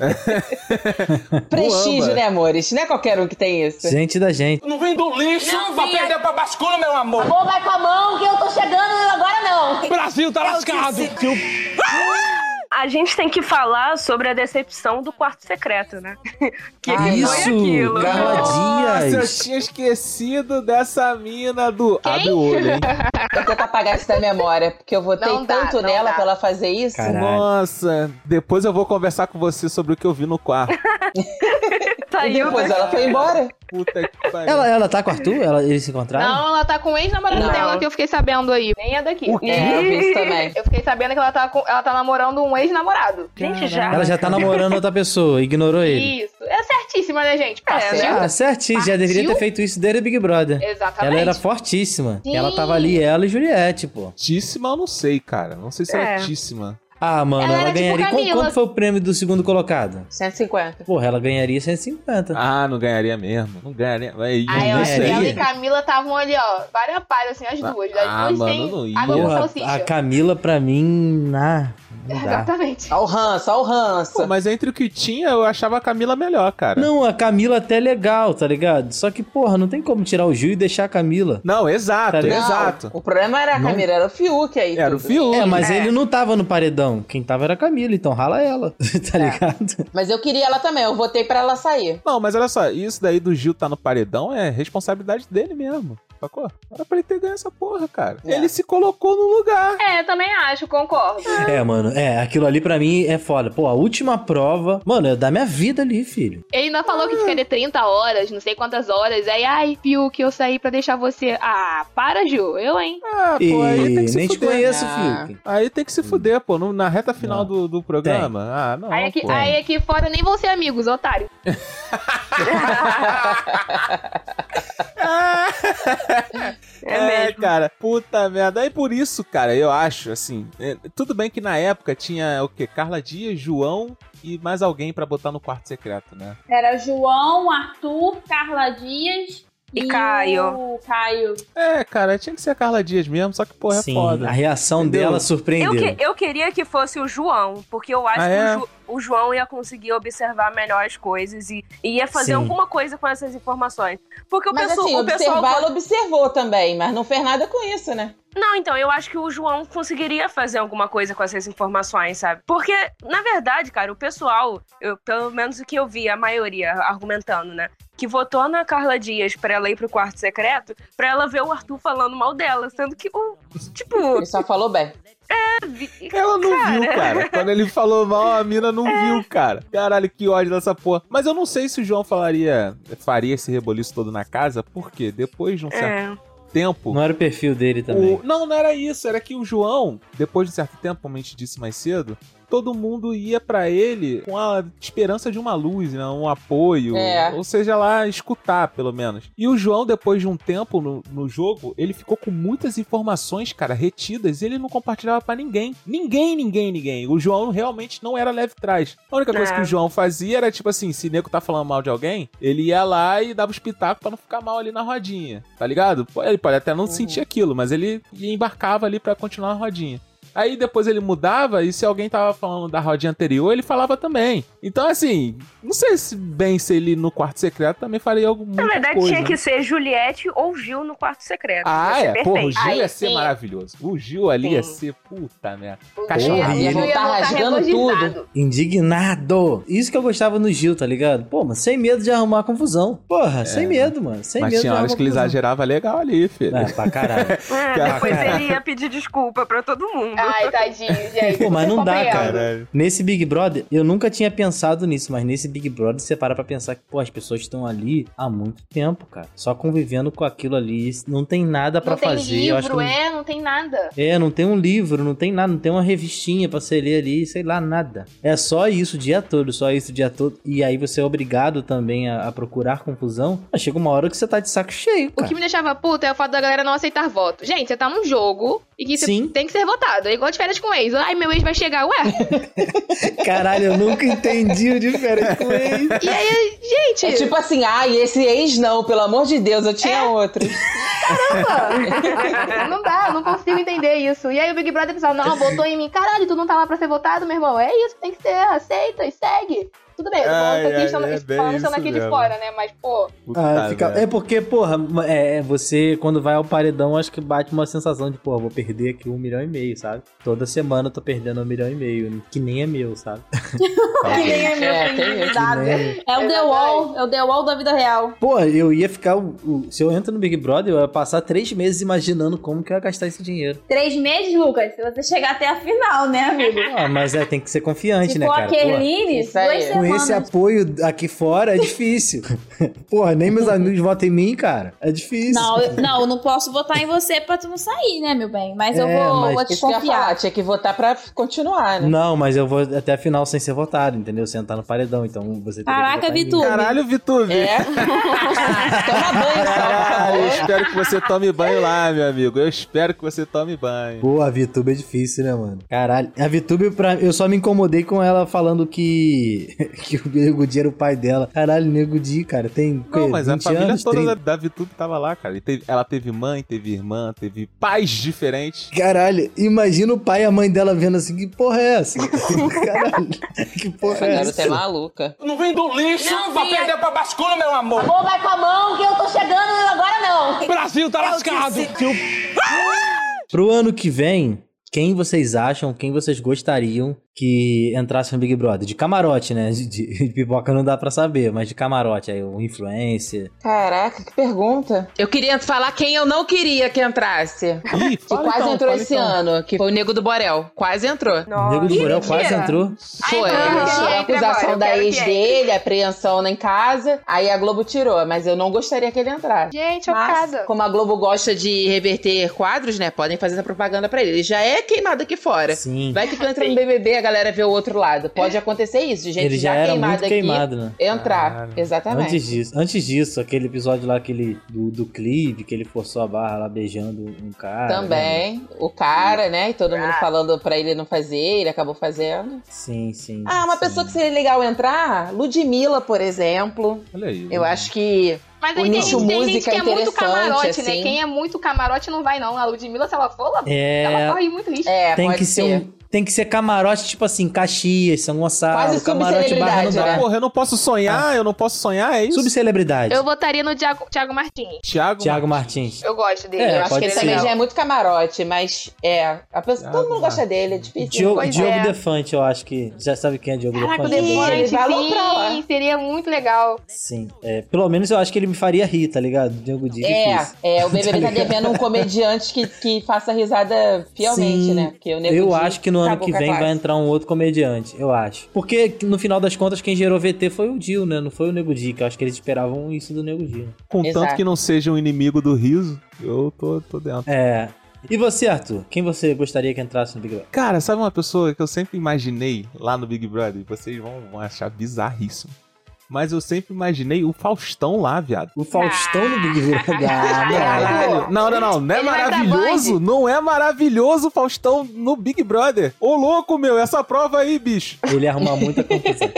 Prestígio, mano. né, amores? Não é qualquer um que tem isso. Gente da gente. Não vem do lixo pra perder pra bascula, meu amor. Ou vai com a mão que eu tô chegando agora não. O Brasil tá lascado. A gente tem que falar sobre a decepção do quarto secreto, né? Que Ah, que isso, foi aquilo. Carla Nossa, eu Dias. tinha esquecido dessa mina do... Abre o olho, hein? Vou tentar apagar isso tá da memória, porque eu votei Não dá, tanto não nela dá. pra ela fazer isso. Caralho. Nossa, depois eu vou conversar com você sobre o que eu vi no quarto. E Saiu, depois né? ela foi embora. Puta que pariu. Ela, ela tá com o Arthur? Ela, eles se encontraram? Não, ela tá com o ex-namorado Não. dela que eu fiquei sabendo aí. Nem é daqui. O quê? É, eu vi isso também. Eu fiquei sabendo que ela tá, com- ela tá namorando um ex-namorado. Gente, já. Ela já tá namorando outra pessoa, ignorou ele. Isso. É certíssima, né, gente? Tá Partiu. Ah, certinho, já deveria ter feito isso desde o Big Brother. Exatamente. Ela era fortíssima. Sim. Ela tava ali, ela e Juliette, pô. Tíssima eu não sei, cara. Não sei se ela é É. tíssima. Ah, mano, Ela ela, era tipo ganharia. Qu- Camila. Quanto foi o prêmio do segundo colocado? 150. Porra, ela ganharia 150. Ah, não ganharia mesmo. Não ganharia. Aí, Aí, eu não acho que Sério? ela e sei. Camila estavam ali, ó, várias a par, assim, Tá. as duas. As Ah, duas mano, sem não ia. água com Porra, a salsicha. Camila pra mim. Ah, não dá. Exatamente. Ó o ranço, ó o Pô, ranço. mas entre o que tinha, eu achava a Camila melhor, cara. Não, a Camila até é legal, tá ligado? Só que, porra, não tem como tirar o Gil e deixar a Camila. Não, exato, Tá ligado? exato. O problema era a Não. Camila, era o Fiuk aí. Era o tudo. Fiuk. É, mas ele não tava no paredão. Quem tava era a Camila, então rala ela, tá ligado? Mas eu queria ela também, eu votei pra ela sair. Não, mas olha só, isso daí do Gil tá no paredão é responsabilidade dele mesmo. sacou? Era pra ele ter ganho essa porra, cara. Ele se colocou no lugar. É, eu também acho, concordo. É, mano, é, aquilo ali pra mim é foda. Pô, a última prova, mano, é da minha vida ali, filho. Ele ainda falou que ficaria 30 horas, não sei quantas horas. Aí, ai, Piu, que eu saí pra deixar você. Ah, para, Ju, eu, hein? Ah, e pô, aí tem que se nem te fuder. né? conheço, Ah. filho. Aí tem que se fuder, pô, no- na reta final Não. do, do programa. Ah, não. aí, aqui, pô. aí aqui fora nem vão ser amigos, otário. É, É, mesmo. cara, puta merda. Aí por isso, cara, eu acho, assim, é, tudo bem que na época tinha o quê? Carla Dias, João e mais alguém pra botar no quarto secreto, né? Era João, Arthur, Carla Dias E Caio. o Caio. É, cara, tinha que ser a Carla Dias mesmo, só que, porra, é Sim, foda. a reação Entendeu? dela Eu, surpreendeu. que- eu queria que fosse o João, porque eu acho Ah, que é? o, Ju- o João ia conseguir observar melhor as coisas e, e ia fazer Sim. alguma coisa com essas informações. Porque o Mas pessoal. assim, o pessoal observar, ela observou também, mas não fez nada com isso, né? Não, então, eu acho que o João conseguiria fazer alguma coisa com essas informações, sabe? Porque, na verdade, cara, o pessoal, eu- pelo menos o que eu vi, a maioria argumentando, né? Que votou na Carla Dias pra ela ir pro quarto secreto, pra ela ver o Arthur falando mal dela. Sendo que o. Tipo. Ele só falou bem. vi- Ela não Cara. É. viu, cara. Quando ele falou mal, a mina não viu, cara. Caralho, que ódio dessa porra. Mas eu não sei se o João falaria, faria esse reboliço todo na casa, porque depois de um certo É. tempo, Não era o perfil dele também. O- não, não era isso. Era que o João, depois de um certo tempo, como a gente disse mais cedo, todo mundo ia pra ele com a esperança de uma luz, né? um apoio, É. ou seja lá, escutar, pelo menos. E o João, depois de um tempo no, no jogo, ele ficou com muitas informações, cara, retidas, e ele não compartilhava pra ninguém. Ninguém, ninguém, ninguém. O João realmente não era leve trás. A única coisa É. que o João fazia era, tipo assim, se o nego tá falando mal de alguém, ele ia lá e dava os pitacos pra não ficar mal ali na rodinha, tá ligado? Pô, Ele pode até não sentir aquilo, mas ele embarcava ali pra continuar a rodinha. Aí depois ele mudava e se alguém tava falando da rodinha anterior, ele falava também. Então, assim, não sei se bem se ele no quarto secreto também faria algo muito. Na verdade, coisa. tinha que ser Juliette ou Gil no quarto secreto. Ah, Ia ser é? Porra, o Gil Aí ia ser sim. maravilhoso. O Gil ali ia Sim. ser puta merda. Porra, Cachorro. e Eu ia ele tá voltar rasgando regozijado. Indignado! Isso que eu gostava no Gil, tá ligado? Pô, mas sem medo de arrumar confusão. Porra, sem medo, mano. Sem É. Mas medo tinha horas de arrumar que ele confusão. exagerava legal ali, filho. É, pra caralho. É, depois Cara. ele ia pedir desculpa pra todo mundo. Ah, Ai, tadinho, gente. Pô, mas não dá, Compreendo. cara. Nesse Big Brother, eu nunca tinha pensado nisso, mas nesse Big Brother você para pra pensar que, pô, as pessoas estão ali há muito tempo, cara. Só convivendo com aquilo ali. Não tem nada pra Não tem fazer. eu acho que livro, não- é, não tem nada. É, não tem um livro, não tem nada, não tem uma revistinha pra você ler ali, sei lá, nada. É só isso o dia todo, só isso o dia todo. E aí você é obrigado também a, a procurar confusão. Mas chega uma hora que você tá de saco cheio, O cara. que me deixava puta é o fato da galera não aceitar voto. Gente, você tá num jogo e que você Sim. tem que ser votado. É igual de férias com ex. Ai, meu ex vai chegar. Ué, Caralho, eu nunca entendi o diferente com ele. e aí, gente? É tipo assim, ai, esse ex não, pelo amor de Deus, eu É. tinha outro. Pô, não dá, eu não consigo entender isso. E aí o Big Brother pensava, não, votou em mim. Caralho, tu não tá lá pra ser votado, meu irmão. É isso, tem que ser, aceita e segue. Tudo bem, eu tô Ai, falando isso ai, aqui, estando, é bem falando estando isso aqui mesmo. de fora, né? Mas, pô, Puta Ah, fica- merda. É porque, porra, é, é, você quando vai ao paredão, acho que bate uma sensação de, porra, vou perder aqui um milhão e meio, sabe? Toda semana eu tô perdendo um milhão e meio, que nem é meu, sabe? Que nem é meu, é, que tem né? isso. Tá endividado. nem- É o The Verdade. Wall, é o The Wall da vida real. Pô, eu ia ficar. o- o- Se eu entro no Big Brother, eu ia passar três meses imaginando como que eu ia gastar esse dinheiro. Três meses, Lucas, se você chegar até a final, né, amigo? Ah, mas é, tem que ser confiante, Se né, for cara? a Porra, Kerline, duas Isso aí. com esse semanas. apoio aqui fora é difícil. porra, nem meus amigos votam em mim, cara. É difícil. Não, eu, não, eu não posso votar em você pra tu não sair, né, meu bem? Mas eu É, vou, mas- vou te Isso que eu ia falar, confiar. tinha que votar pra continuar, né? Não, mas eu vou até a final sem ser votado, entendeu? Sentar no paredão, então você teria Caraca, que votar em mim. Vitor. Caralho, Vitube. É. Toma banho, Caralho, eu só, por favor. espero que você tome banho lá, meu amigo. Eu espero que você tome banho. Pô, a VTube é difícil, né, mano? Caralho. A VTube, pra... eu só me incomodei com ela falando que que o Nego Di era o pai dela. Caralho, Nego Di, cara, tem Não, quê? mas a 20 família anos, toda 30. da, da Vitube tava lá, cara. E teve- ela teve mãe, teve irmã, teve pais diferentes. Caralho, imagina o pai e a mãe dela vendo assim, que porra é essa? Caralho, que porra é Essa garota é essa? maluca. Não vem do lixo pra perder pra bascula, meu amor. Pô, vai com a mão que eu tô chegando agora não. O Brasil tá lascado. Pro ano que vem, quem vocês acham, quem vocês gostariam que entrasse no Big Brother. De camarote, né? De, de- de pipoca não dá pra saber, mas de camarote. Aí o influencer. Caraca, que pergunta. Eu queria falar quem eu não queria que entrasse. Que Ih, fala quase então, entrou fala esse então. ano, que foi o Nego do Borel. Quase entrou. O Nego do Borel quase entrou. Ah, Foi. então é eu quero que a entre agora, acusação eu da quero que ex entre. dele, apreensão lá em casa. Aí a Globo tirou, mas eu não gostaria que ele entrasse. Gente, é Mas, chocada. como a Globo gosta de reverter quadros, né? Podem fazer essa propaganda pra ele. Ele já é queimado aqui fora. Sim. Vai que tu entra no BBB, a galera vê o outro lado. Pode acontecer isso, de gente Ele já era queimada muito aqui. queimado, né? Entrar, Caralho. exatamente. Antes disso, antes disso, aquele episódio lá aquele do, do clipe, que ele forçou a barra lá beijando um cara. né? Também, o cara, né? E todo mundo falando pra ele não fazer, ele acabou fazendo. Sim, sim. Ah, uma sim. pessoa que seria legal entrar, Ludmilla, por exemplo. Olha aí. um Uhum. Eu acho que. Mas O aí tem, nicho gente- tem gente música que é muito interessante, camarote, assim. né? Quem é muito camarote não vai, não. A Ludmilla, se ela for, ela, ela É. corre muito risco. É, Tem pode que ser um. Tem que ser camarote, tipo assim, Caxias, São Gonçalo, Quase camarote barra não subcelebridade, dá. né? Porra, Tá eu não posso sonhar, eu não posso sonhar, é isso? Subcelebridade. Eu votaria no Thiago, Thiago Martins. Thiago, Thiago Martins. Eu gosto dele. É, Eu acho pode que ele também ser. já é muito camarote, mas é. a pessoa- todo Ah, mundo tá. gosta dele, é difícil. Diogo, Pois Diogo é. Defante, eu acho que. Já sabe quem é Diogo Caraca, o Defante? Ih, Defante, ele vai aloprar lá. sim, seria muito legal. Sim. É, pelo menos eu acho que ele me faria rir, tá ligado? Diogo Dias. difícil. É, é, o BBB tá ligado? devendo um comediante que, que faça risada fielmente, Sim. né? Porque o Nego Eu Di tá acho que no ano acabou que com a vem classe. vai entrar um outro comediante, eu acho. Porque no final das contas quem gerou VT foi o Dil, né? Não foi o Nego Di, que eu acho que eles esperavam isso do Nego Di. né? contanto Exato. que não seja um inimigo do riso, eu tô, tô dentro. É. E você, Arthur? Quem você gostaria que entrasse no Big Brother? Cara, sabe uma pessoa que eu sempre imaginei lá no Big Brother? Vocês vão vão achar bizarríssimo. Mas eu sempre imaginei o Faustão lá, viado. O Faustão no Big Brother? Ah, Caralho! Não, não, não. Não é Ele vai pra maravilhoso? Não é maravilhoso o Faustão no Big Brother. Ô, louco, meu, essa prova aí, bicho. não. Ele ia arrumar muita confusão.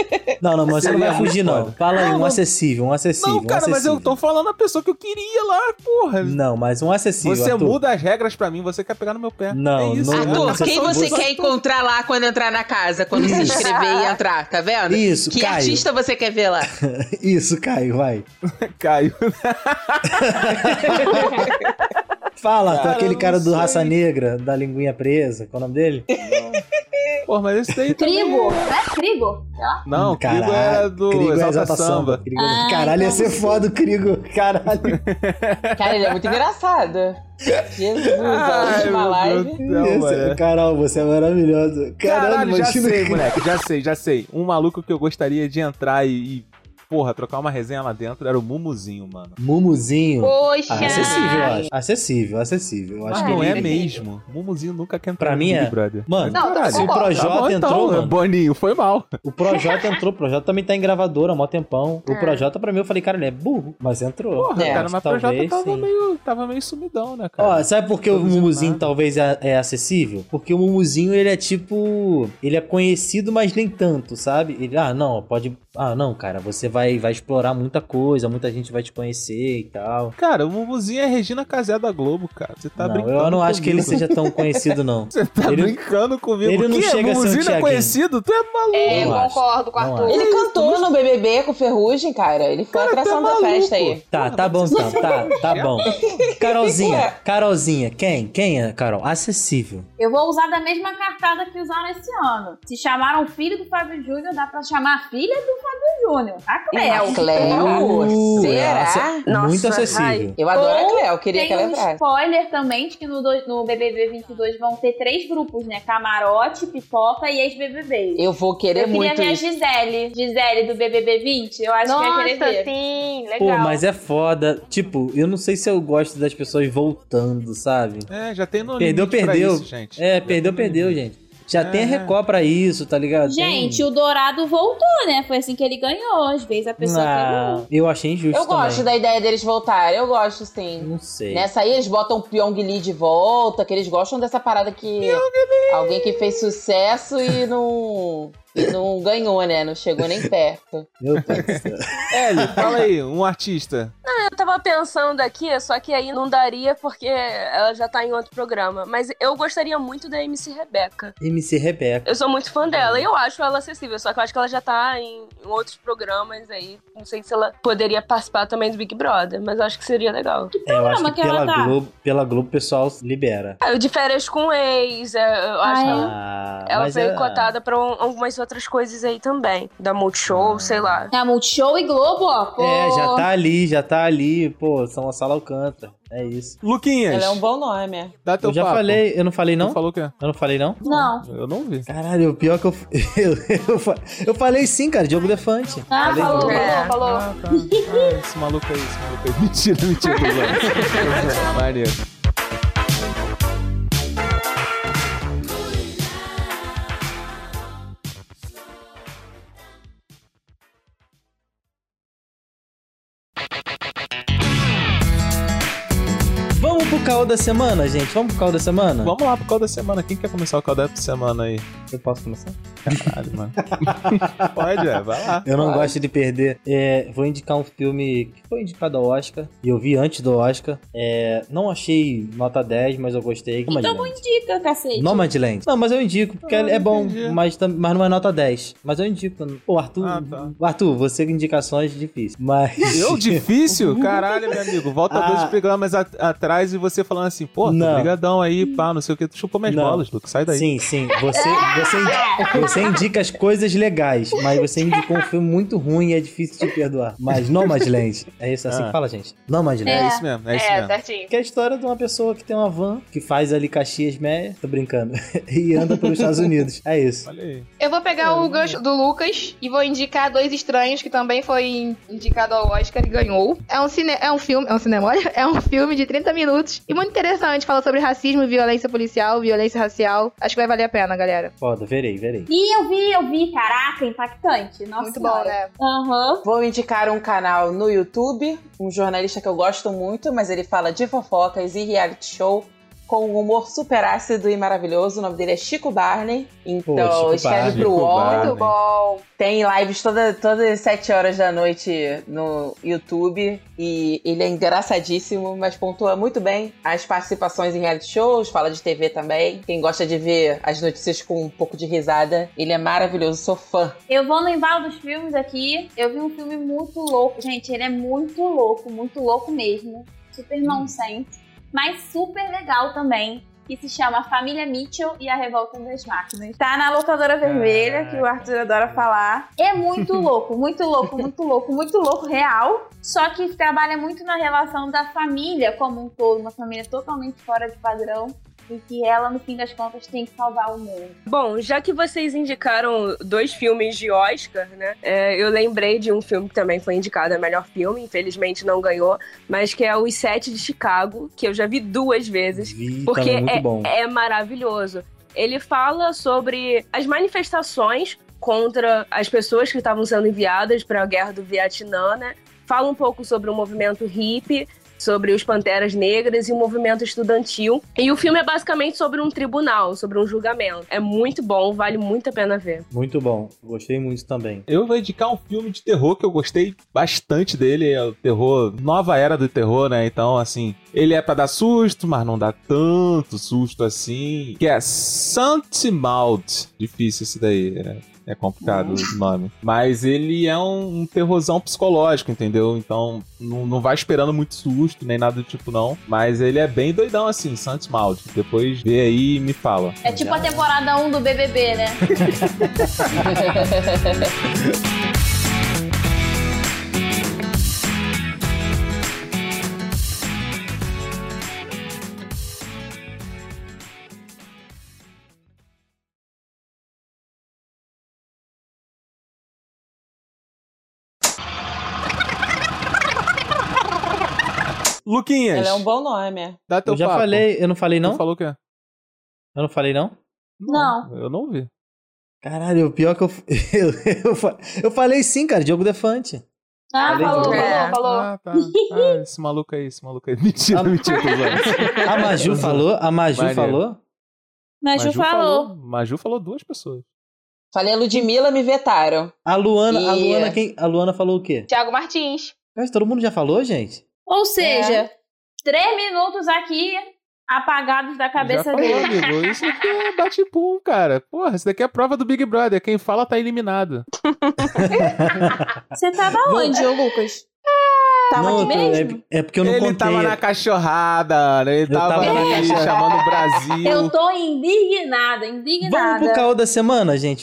Não, não, mas você não Seria vai fugir, muito não. foda. Fala aí, Não, um não. acessível, um acessível. não, um cara, mas eu acessível. tô falando a pessoa que eu queria lá, porra. Não, mas um acessível. você é Arthur. muda as regras pra mim, você quer pegar no meu pé. Não, é isso. não- cara. não, Arthur, você- quem você você- quer encontrar lá quando entrar na casa? Quando se inscrever e entrar, tá vendo? Isso, Que Caio. artista você quer ver lá? Isso, Caio, vai. Caio. Fala, Cara, tu aquele eu cara não do sei. Raça Negra, da linguinha presa, qual é o nome dele? Porra, mas esse daí também... Trigo? Não é trigo? Sei lá. Não, Caralho, Crigo era do Crigo é Exalta, Exalta Samba. Crigo- Ah, caralho, ia então ser é sim. foda o Crigo. Caralho. Cara, ele é muito engraçado. Jesus, Ai, a última meu Deus live. do céu, Ia ser- mano. Carol, você é maravilhosa. Caralho, Caralho, já imagina sei, que- moleque, já sei, já sei. Um maluco que eu gostaria de entrar e, e, porra, trocar uma resenha lá dentro era o Mumuzinho, mano. Mumuzinho. Poxa! Ah, acessível, eu acho. Acessível, acessível. Eu acho Mas que não ele- é mesmo. Mumuzinho nunca quer entrar Pra no mim Big é. Brother. Mano, Não, Caralho. se o Tá bom, Projota Tá bom, então, entrou, mano, Boninho, foi mal. o Projota entrou, o Projota também tá em gravadora há mó tempão. O Projota, pra mim, eu falei, cara, ele é burro, mas entrou. Porra, É, cara, mas o Projota tava sim. meio, tava meio sumidão, né, Ó, cara? sabe por que o Produzir Mumuzinho nada. talvez é, é acessível? Porque o Mumuzinho, ele é tipo... Ele é conhecido, mas nem tanto, sabe? Ele, ah, não, pode... Ah, não, cara, você vai, vai explorar muita coisa, muita gente vai te conhecer e tal. Cara, o Mumuzinho é Regina Casé da Globo, cara. Você tá não, brincando eu não acho comigo. que ele seja tão conhecido, não. Você tá ele- brincando comigo. ele não que? chega a ser um Mumuzinho não é Thiaguinho. conhecido? Tu é maluco. É, Não eu acho. concordo com o Não Arthur. Ele cantou no BBB com Ferrugem, cara. Ele foi a Cara, atração tá da maluco. festa aí. Tá, tá bom então, tá, tá bom. Carolzinha, Carolzinha, quem? Quem é, Carol? Acessível. Eu vou usar da mesma cartada que usaram esse ano. Se chamaram o filho do Fábio Júnior, dá pra chamar a filha do Fábio Júnior. A Cleo. A É Cleo, Uh, é será? acce- Muito Nossa, acessível. Eu adoro a Ou Cleo, eu queria que Tem ela um entrasse. spoiler também de que no, do- no BBB 22 vão ter três grupos, né? Camarote, pipoca e ex-BBB. Eu vou querer Eu queria muito ver a isso. Gisele. Gisele do BBB 20, eu acho que eu ia Nossa, querer ver. sim, legal. Pô, mas é foda. Tipo, eu não sei se eu gosto das pessoas voltando, sabe? É, já tem no Perdeu, limite pra perdeu. isso, gente. É, Já tem perdeu, no perdeu, limite. gente. Já tem a É. Record pra isso, tá ligado? Tem- Gente, o Dourado voltou, né? Foi assim que ele ganhou. Às vezes a pessoa tá quer ah, eu achei injusto Eu gosto também. da ideia deles voltarem, eu gosto sim. Não sei. Nessa aí eles botam o Pyong Lee de volta, que eles gostam dessa parada que alguém que fez sucesso e não Não ganhou, né? Não chegou nem perto. Meu Deus do céu. Ellie, fala aí, um artista. Eu tava pensando aqui, só que aí não daria porque ela já tá em outro programa. Mas eu gostaria muito da MC Rebeca. MC Rebeca. Eu sou muito fã dela e eu acho ela acessível, só que eu acho que ela já tá em outros programas aí. Não sei se ela poderia participar também do Big Brother, mas eu acho que seria legal. É, eu acho Programa que, que pela, ela tá? Globo, pela Globo o pessoal libera. Ah, eu de férias com o ex, é, eu acho Ah, Uhum. que é? ela- Ah, ela mas veio é- cotada pra um- algumas outras coisas aí também. Da Ah. Multishow, sei lá. É, Multishow e Globo, ó. Pô. É, já tá ali, já tá ali. Pô, São Gonçalo Alcântara. É isso. Luquinhas, Ela é um bom nome, é. dá teu eu já papo. falei, eu não falei não? Tu falou o quê? Eu não falei não? Não. Eu não vi. Caralho, o pior que eu. Eu, eu, fa- eu falei sim, cara, Diogo Defante. Ah, falei falou, não. É. falou, falou. Ah, tá. Ah, esse maluco aí, esse maluco aí. Mentira, mentira. Zé. Maneiro. Vamos pro caô da semana, gente. Vamos pro caô da semana? Vamos lá pro caldo da semana. Quem quer começar o caldo da semana aí? Eu posso começar? Caralho, mano. Pode, é, vai lá. Eu não Vai. gosto de perder. É, vou indicar um filme que foi indicado ao Oscar. E eu vi antes do Oscar. É, não achei nota 10, mas eu gostei. Então não Nomadland. indica, cacete. Nomadland. Não, mas eu indico, porque Ah, é bom, entendi. mas, tam- mas não é nota 10. Mas eu indico. Pô, Arthur. Ah, tá. o Arthur, você com indicações difíceis. Mas. Eu difícil? Caralho, meu amigo. Volta Ah. dois programas at- atrás e você falando assim, pô, Não. brigadão aí, pá, não sei o que. Tu chupou minhas Não. bolas, Luke. Sai daí. Sim, sim. Você, você, indi- você indica as coisas legais, mas você indicou um filme muito ruim e é difícil de perdoar. Mas Nomadland. É isso assim Ah. que fala, gente. Nomadland. É isso mesmo, é isso É, mesmo. certinho. Que é a história de uma pessoa que tem uma van que faz ali Caxias Meia, tô brincando, e anda pelos Estados Unidos. É isso. Olha aí. Eu vou pegar o gancho do Lucas e vou indicar Dois Estranhos, que também foi indicado ao Oscar e ganhou. É um, cine... é um filme, é um cinema, olha, é um filme de 30 minutos e muito interessante. Fala sobre racismo, violência policial, violência racial. Acho que vai valer a pena, galera. Foda, verei, verei. Ih, eu vi, eu vi. Caraca, impactante. Nossa muito bom, senhora. né? Aham. Vou indicar um canal no YouTube, um jornalista que eu gosto muito, mas ele fala de fofocas e reality show com um humor super ácido e maravilhoso. O nome dele é Chico Barney. Então, Chico escreve Barney. pro Chico UOL. Barney. Muito bom. Tem lives toda, todas as 7 horas da noite no YouTube. E ele é engraçadíssimo, mas pontua muito bem as participações em reality shows, fala de TV também. Quem gosta de ver as notícias com um pouco de risada, ele é maravilhoso, sou fã. Eu vou no embalo dos filmes aqui. Eu vi um filme muito louco. Gente, ele é muito louco, muito louco mesmo. Super nonsense, mas super legal também. Que se chama Família Mitchell e a Revolta das Máquinas. Tá na locadora vermelha, que o Arthur adora falar. É muito louco, muito louco, muito louco, muito louco, real. Só que trabalha muito na relação da família como um todo, uma família totalmente fora de padrão. E que ela, no fim das contas, tem que salvar o mundo. Bom, já que vocês indicaram dois filmes de Oscar, né? é, eu lembrei de um filme que também foi indicado a melhor filme, infelizmente não ganhou, mas que é Os Sete de Chicago, que eu já vi duas vezes. Vi, Porque tava tá muito é, bom. é maravilhoso. Ele fala sobre as manifestações contra as pessoas que estavam sendo enviadas para a guerra do Vietnã, né? Fala um pouco sobre o movimento hippie, sobre os panteras negras e o movimento estudantil. E o filme é basicamente sobre um tribunal, sobre um julgamento. É muito bom, vale muito a pena ver. Muito bom. Gostei muito também. Eu vou indicar um filme de terror que eu gostei bastante dele. É o terror, nova era do terror, né? Então, assim, ele é pra dar susto, mas não dá tanto susto assim. Que é Santimald. Difícil esse daí, é. É complicado o nome. Mas ele é um, um terrorzão psicológico, entendeu? Então não, não vai esperando muito susto, nem nada do tipo, não. Mas ele é bem doidão, assim, Santimald. Depois vê aí e me fala. É tipo a temporada 1 do BBB, né? Luquinhas, Ele é um bom nome. é. dá teu eu já papo. falei, eu não falei Tu não? falou o quê? Eu não falei não? Não. Eu não vi. Caralho, o pior é que eu. Eu, eu, fa- eu falei sim, cara, Diogo Defante. Ah, Falei falou, de- falou, É. falou. Ah, tá. Ah, esse maluco aí, esse maluco aí. Mentira, Ah, mentira, tô zoando. A Maju falou, a Maju Maneiro. falou. Maju, falou. Maju falou duas pessoas. Falei a Ludmilla, me vetaram. A Luana, a E- Luana, quem, a Luana falou o quê? Tiago Martins. Mas todo mundo já falou, gente? Ou seja, três minutos aqui apagados da cabeça Já dele. falou, amigo. Isso aqui é bate-pum, cara. Porra, isso daqui é a prova do Big Brother. Quem fala tá eliminado. Você tava onde, ô Lucas? Tava não, aqui eu tô- mesmo? É, é porque eu não ele contei. tava na cachorrada, né? ele Eu tava, tava na ali cachorrada. chamando o Brasil. Eu tô indignada, Vamos indignada. pro caô da semana, gente?